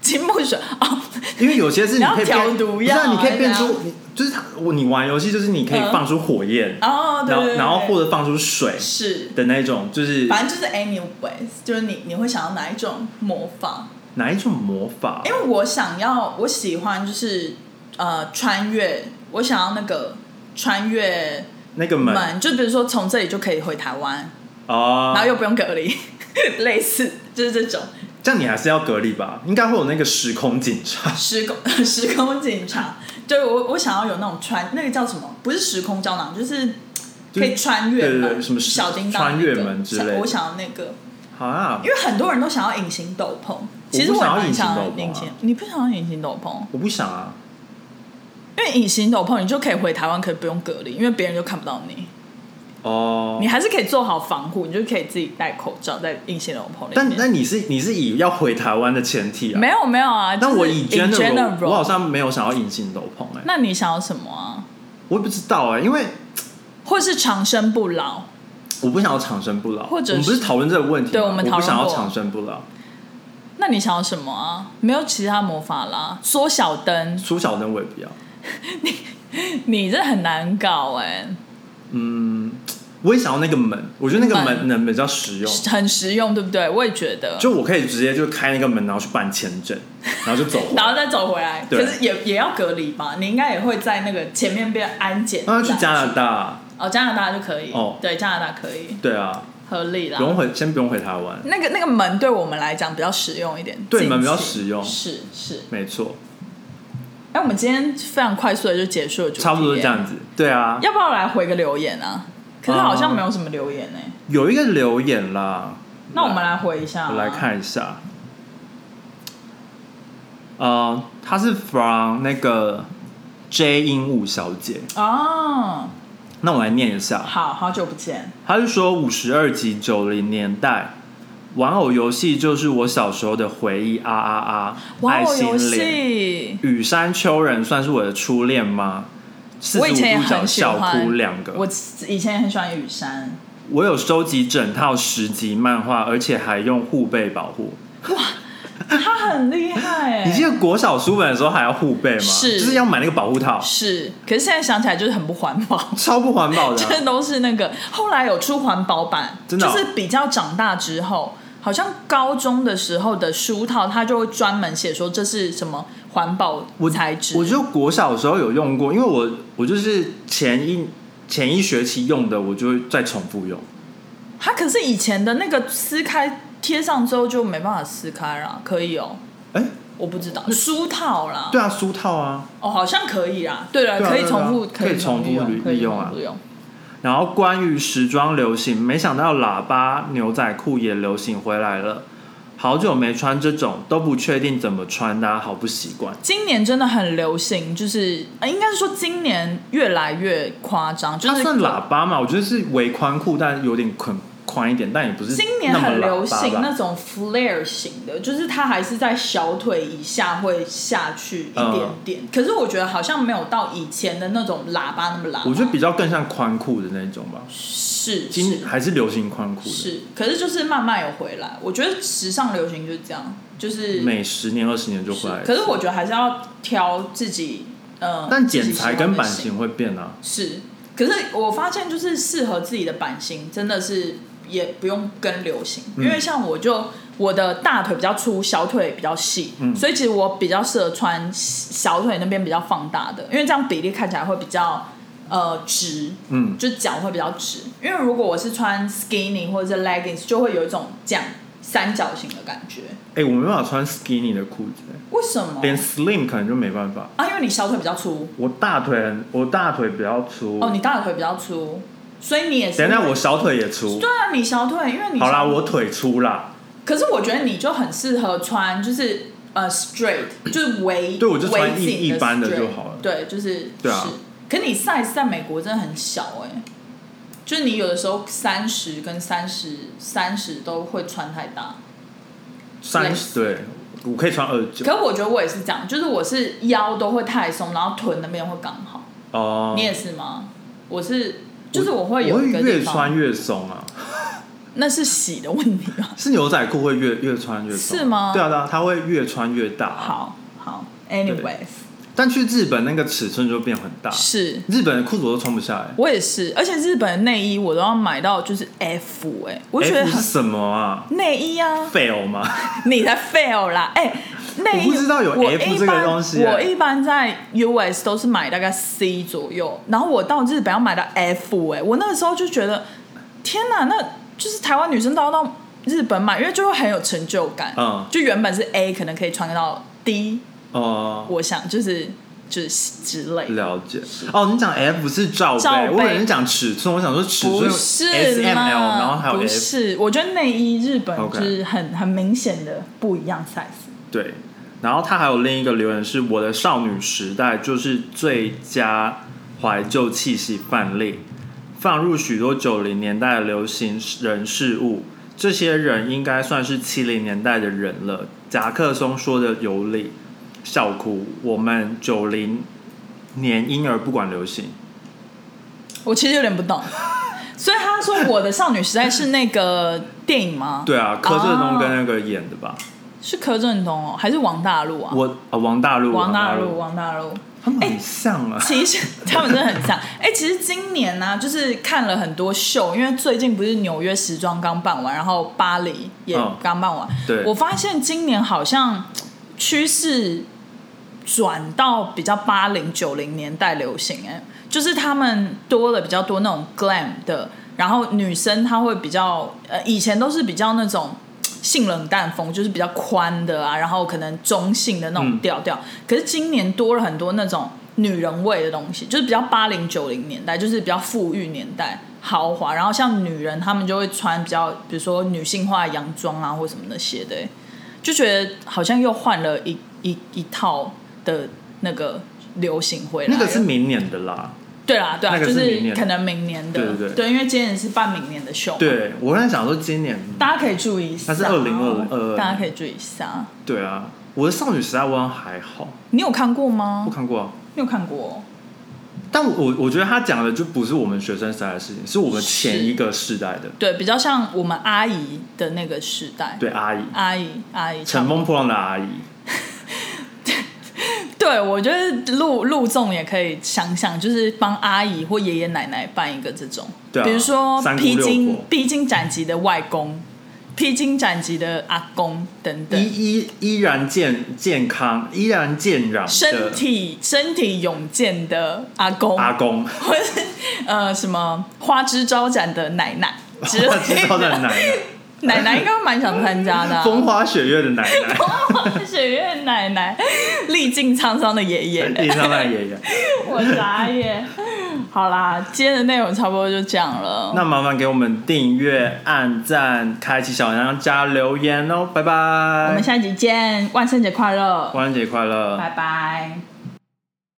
Speaker 2: 金木水哦，
Speaker 1: 因为有些是
Speaker 2: 你
Speaker 1: 你
Speaker 2: 要
Speaker 1: 可以
Speaker 2: 调
Speaker 1: 变，
Speaker 2: 毒
Speaker 1: 不
Speaker 2: 药
Speaker 1: 是
Speaker 2: 啊
Speaker 1: 啊你可以变
Speaker 2: 还
Speaker 1: 出，你就是它，我你玩游戏就是你可以
Speaker 2: 嗯
Speaker 1: 放出火焰，
Speaker 2: 哦，对
Speaker 1: 然后
Speaker 2: 对对
Speaker 1: 然后或者放出水
Speaker 2: 是，
Speaker 1: 的那种，就是
Speaker 2: 反正就是 anyways，就是你你会想要哪一种魔法？
Speaker 1: 哪一种魔法
Speaker 2: 因？为我想要，我喜欢就是呃穿越，我想要那个穿越
Speaker 1: 那个门
Speaker 2: 门，就比如说从这里就可以回台湾，
Speaker 1: 哦，
Speaker 2: 然后又不用隔离， 类似就是这种
Speaker 1: 这样你还是要隔离吧？应该会有那个时空警察，
Speaker 2: 时空 时空警察。对我我想要有那种穿那个叫什么？不是时空胶囊，就是。
Speaker 1: 就
Speaker 2: 可
Speaker 1: 是
Speaker 2: 以穿越
Speaker 1: 对对
Speaker 2: 门，
Speaker 1: 对什么时
Speaker 2: 小叮当、那
Speaker 1: 穿
Speaker 2: 个、
Speaker 1: 越门之类的
Speaker 2: 我想要那个，
Speaker 1: 好啊
Speaker 2: 因，为很多人都想要隐形斗篷，其实
Speaker 1: 我不
Speaker 2: 我
Speaker 1: 想
Speaker 2: 也
Speaker 1: 要
Speaker 2: 蛮
Speaker 1: 隐形
Speaker 2: 想
Speaker 1: 斗
Speaker 2: 要
Speaker 1: 篷啊
Speaker 2: 隐形，你不想要隐形斗篷？
Speaker 1: 我不想啊，
Speaker 2: 因为隐形斗篷你就可以回台湾，可以不用隔离，因为别人就看不到你，
Speaker 1: 哦
Speaker 2: 你，还是可以做好防护，你就可以自己戴口罩在隐形斗篷里面。
Speaker 1: 但那你是你是以要回台湾的前提啊？
Speaker 2: 没有没有啊，
Speaker 1: 那
Speaker 2: 就是
Speaker 1: 我以
Speaker 2: in
Speaker 1: general，
Speaker 2: general
Speaker 1: 我好像没有想要隐形斗篷哎，
Speaker 2: 那你想要什么啊？
Speaker 1: 我也不知道哎，因为
Speaker 2: 或者是长生不老？
Speaker 1: 我不想要长生不老，
Speaker 2: 或者
Speaker 1: 我们不是
Speaker 2: 是
Speaker 1: 讨论这个问题吗，
Speaker 2: 对我们讨
Speaker 1: 不
Speaker 2: 论
Speaker 1: 想要
Speaker 2: 过
Speaker 1: 长生不老，
Speaker 2: 那你想要什么啊？没有其他魔法啦，缩小灯，
Speaker 1: 苏小灯我也不要，
Speaker 2: 你这很难搞哎、
Speaker 1: 嗯，我也想要那个门，我觉得那个
Speaker 2: 门
Speaker 1: 门能比较实用，
Speaker 2: 很实用，对不对？我也觉得，
Speaker 1: 就我可以直接就开那个门，然后去办签 证，然后就走回
Speaker 2: 然后
Speaker 1: 来。
Speaker 2: 再走回来，可
Speaker 1: 对
Speaker 2: 是也也要隔离吧？你应该也会在那个前面被安检。
Speaker 1: 那啊去加拿大，
Speaker 2: 哦，加拿大就可以。
Speaker 1: 哦
Speaker 2: 对，加拿大可以，
Speaker 1: 对啊，
Speaker 2: 合理啦
Speaker 1: 不。用回，先不用回台湾，
Speaker 2: 那个那个门对我们来讲比较实用一点，
Speaker 1: 对
Speaker 2: 近期
Speaker 1: 门比较实用
Speaker 2: 是是。
Speaker 1: 没错。
Speaker 2: 哎，我们今天非常快速的就结束了，
Speaker 1: 差不多是这样。子。对啊，
Speaker 2: 要不要来回个留言啊？可是好
Speaker 1: 嗯
Speaker 2: 像没有什么留言呢、
Speaker 1: 有一个留言啦，
Speaker 2: 那我们来回一下、啊
Speaker 1: 我来，看一下。呃，她是 from 那个 J 鹦鹉小姐，
Speaker 2: 哦，
Speaker 1: 那我来念一下。
Speaker 2: 好好久不见，
Speaker 1: 他是说五十二集九零年代，玩偶游戏就是我小时候的回忆啊啊啊！
Speaker 2: 玩
Speaker 1: 爱
Speaker 2: 偶
Speaker 1: 心
Speaker 2: 游
Speaker 1: 脸，
Speaker 2: 戏，
Speaker 1: 雨山丘人算是我的初恋吗？四
Speaker 2: 我以前
Speaker 1: 十
Speaker 2: 也
Speaker 1: 五度角
Speaker 2: 很喜
Speaker 1: 笑
Speaker 2: 欢
Speaker 1: 哭两个。
Speaker 2: 我以前也很喜欢雨山，
Speaker 1: 我有收集整套十集漫画，而且还用护背保护。
Speaker 2: 他很厉害、
Speaker 1: 你记
Speaker 2: 哎，
Speaker 1: 得国小书本的时候还要护背吗？
Speaker 2: 是
Speaker 1: 就是要买那个保护套，
Speaker 2: 是，可是现在想起来就是很不环保。
Speaker 1: 超不环保的啊、
Speaker 2: 这都是那个后来有出环保版，
Speaker 1: 真的哦
Speaker 2: 就是比较长大之后，好像高中的时候的书套，它就会专门写说这是什么环保
Speaker 1: 我
Speaker 2: 材质。
Speaker 1: 我就国小的时候有用过，因为我我就是前一前一学期用的，我就会再重复用。
Speaker 2: 它可是以前的那个撕开贴上之后就没办法撕开啦，可以哦，
Speaker 1: 哎、
Speaker 2: 我不知道书套啦，
Speaker 1: 对啊，书套啊。
Speaker 2: 哦，好像可以啦，对了，
Speaker 1: 对啊
Speaker 2: 可以
Speaker 1: 对啊
Speaker 2: 重复，
Speaker 1: 对啊可以
Speaker 2: 重
Speaker 1: 重复
Speaker 2: 用
Speaker 1: 利
Speaker 2: 可以
Speaker 1: 利用啊
Speaker 2: 重复用
Speaker 1: 然后关于时装流行，没想到喇叭牛仔裤也流行回来了。好久没穿这种，都不确定怎么穿搭、好不习惯。
Speaker 2: 今年真的很流行，就是、呃、应该是说今年越来越夸张，就
Speaker 1: 它
Speaker 2: 是
Speaker 1: 算喇叭嘛？我觉得是围宽裤，但有点宽宽一点，但也不是
Speaker 2: 今年很流行
Speaker 1: 那么喇叭
Speaker 2: 那
Speaker 1: 吧
Speaker 2: 种 flare 型的，就是它还是在小腿以下会下去一点点，
Speaker 1: 嗯
Speaker 2: 可是我觉得好像没有到以前的那种喇叭那么喇叭。
Speaker 1: 我觉得比较更像宽裤的那种吧。
Speaker 2: 是
Speaker 1: 今
Speaker 2: 是
Speaker 1: 还是流行宽裤的，
Speaker 2: 是，可是就是慢慢有回来。我觉得时尚流行就是这样，就是
Speaker 1: 每十年二十年就回来
Speaker 2: 可
Speaker 1: 了。
Speaker 2: 是我觉得还是要挑自己，呃，
Speaker 1: 但
Speaker 2: 自己
Speaker 1: 剪
Speaker 2: 喜欢
Speaker 1: 裁
Speaker 2: 的
Speaker 1: 跟版
Speaker 2: 型
Speaker 1: 型会变啊。
Speaker 2: 是，可是我发现就是适合自己的版型，真的是也不用跟流行，
Speaker 1: 嗯
Speaker 2: 因为像我就我的大腿比较粗，小腿比较细，
Speaker 1: 嗯
Speaker 2: 所以其实我比较适合穿小腿那边比较放大的，因为这样比例看起来会比较呃直，
Speaker 1: 嗯，
Speaker 2: 就脚会比较直。因为如果我是穿 skinny 或者是 leggings，就会有一种这样三角形的感觉。
Speaker 1: 哎、我没办法穿 skinny 的裤子、
Speaker 2: 为什么？
Speaker 1: 连 slim 可能就没办法。
Speaker 2: 啊，因为你小腿比较粗，
Speaker 1: 我大腿很，我大腿比较粗。
Speaker 2: 哦，你大腿比较粗，所以你也是
Speaker 1: 等一下
Speaker 2: 会
Speaker 1: 我小腿也粗
Speaker 2: 对。啊，你小腿，因为你
Speaker 1: 好啦，
Speaker 2: 小
Speaker 1: 我腿粗啦。
Speaker 2: 可是我觉得你就很适合穿，就是呃 straight，就是围
Speaker 1: 对我就穿
Speaker 2: 围紧
Speaker 1: 一一般的
Speaker 2: straight
Speaker 1: 就好了
Speaker 2: 对，就是
Speaker 1: 对啊
Speaker 2: 是可你 size 在美国真的很小哎、就是你有的时候三十跟三十三十都会穿太大。
Speaker 1: 三十对，我可以穿二九。
Speaker 2: 可我觉得我也是这样，就是我是腰都会太松，然后臀那边会刚好。
Speaker 1: 哦，
Speaker 2: 你也是吗？我是，就是我会有
Speaker 1: 我
Speaker 2: 一个地
Speaker 1: 越
Speaker 2: 方
Speaker 1: 穿越松啊，
Speaker 2: 那是洗的问题吧？
Speaker 1: 是牛仔裤会越越穿越松
Speaker 2: 是吗
Speaker 1: 对啊对啊，它会越穿越大。，
Speaker 2: 好好，anyways，
Speaker 1: 但去日本那个尺寸就变很大，
Speaker 2: 是
Speaker 1: 日本的裤子我都穿不下来。
Speaker 2: 我也是，而且日本的内衣我都要买到就是 F 哎、我就觉得
Speaker 1: F 是
Speaker 2: 很
Speaker 1: 什么啊
Speaker 2: 内衣啊，
Speaker 1: ？fail 吗？
Speaker 2: 你才 fail 啦哎、内衣
Speaker 1: 我不知道有
Speaker 2: 我
Speaker 1: F
Speaker 2: 一般
Speaker 1: 这个东西欸
Speaker 2: 我一般在 US 都是买大概 C 左右，然后我到日本要买到 F 哎、我那个时候就觉得天哪，那就是台湾女生都要到日本买，因为就会很有成就感，
Speaker 1: 嗯
Speaker 2: 就原本是 A 可能可以穿到 D，
Speaker 1: 哦、
Speaker 2: 我想就是就是之类的。
Speaker 1: 了解哦，你讲 F 是罩杯，
Speaker 2: 罩杯
Speaker 1: 我以为你讲尺寸，我想说尺
Speaker 2: 不
Speaker 1: 寸
Speaker 2: 是
Speaker 1: S M L，
Speaker 2: 啦，
Speaker 1: 然后还有
Speaker 2: 不
Speaker 1: F，
Speaker 2: 是，我觉得内衣日本
Speaker 1: OK
Speaker 2: 就是很很明显的不一样 size。
Speaker 1: 对，然后他还有另一个留言是我的少女时代就是最佳怀旧气息范例，放入许多九零年代的流行人事物，这些人应该算是七零年代的人了。夹克松说的有理，笑哭，我们九零年婴儿不管流行，
Speaker 2: 我其实有点不懂， 所以他说我的少女时代是那个电影吗？，
Speaker 1: 对啊，柯震东
Speaker 2: 哦
Speaker 1: 跟那个演的吧，
Speaker 2: 是柯震东哦，还是王大陆啊？
Speaker 1: 我啊、王大陆，
Speaker 2: 王大陆，，哎王大陆。
Speaker 1: 他们很像啊。
Speaker 2: 其实 他们真的很像。哎、其实今年呢、就是看了很多秀，因为最近不是纽约时装刚办完，然后巴黎也
Speaker 1: 嗯
Speaker 2: 刚办完。
Speaker 1: 对
Speaker 2: 我发现今年好像趋势转到比较八零九零年代流行、哎，就是他们多了比较多那种 glam 的，然后女生她会比较呃，以前都是比较那种。性冷淡风，就是比较宽的啊，然后可能中性的那种调调。可是今年多了很多那种女人味的东西，就是比较八零九零年代，就是比较富裕年代。豪华，然后像女人，她们就会穿比较，比如说女性化的洋装啊，或什么那些的、就觉得好像又换了一一一套的那个流行回来
Speaker 1: 那
Speaker 2: 了。
Speaker 1: 个是明年的啦。
Speaker 2: 对啦，对啦，啊
Speaker 1: 那个
Speaker 2: 就是
Speaker 1: 明
Speaker 2: 是
Speaker 1: 年
Speaker 2: 可能明年的，
Speaker 1: 对对对
Speaker 2: 因为今年是办明年的秀，，
Speaker 1: 对我在想说今年，
Speaker 2: 大家可以注意一下。
Speaker 1: 它是2022
Speaker 2: 大家可以注意一下。
Speaker 1: 对啊，我的少女时代我好像还好，
Speaker 2: 你有看过吗
Speaker 1: 我？看过、啊。
Speaker 2: 你有看过？
Speaker 1: 但我我觉得他讲的就不是我们学生时代的事情，是我们前一个世代的，
Speaker 2: 对，比较像我们阿姨的那个时代。，
Speaker 1: 对阿姨，
Speaker 2: 阿姨，阿姨，
Speaker 1: 乘风破浪的阿姨，
Speaker 2: 对，我觉得陆陆总也可以想想，就是帮阿姨或爷爷奶奶办一个这种，
Speaker 1: 对啊
Speaker 2: 比如说
Speaker 1: 三姑
Speaker 2: 披
Speaker 1: 六
Speaker 2: 荆
Speaker 1: 婆
Speaker 2: 披荆斩棘的外公、披荆斩棘的阿公等等，
Speaker 1: 依依依然健健康，依然健朗
Speaker 2: 身
Speaker 1: 的
Speaker 2: 体身体勇健的阿公，
Speaker 1: 阿公，
Speaker 2: 或是呃什么花枝招展的奶 奶之类
Speaker 1: 我知道的
Speaker 2: 的，
Speaker 1: 奶
Speaker 2: 奶奶应该蛮想参加的、
Speaker 1: 奶，
Speaker 2: 啊。
Speaker 1: 风花雪月的奶 奶，
Speaker 2: 雪月奶奶，历尽沧桑的爷爷，
Speaker 1: 地上那爷爷。
Speaker 2: 我傻眼。好啦，今天的内容差不多就这样了。
Speaker 1: 那麻烦给我们订阅、按赞、开启小铃铛、加留言哦，拜拜！
Speaker 2: 我们下集见，万圣节快乐，
Speaker 1: 万人节快乐！
Speaker 2: 拜拜。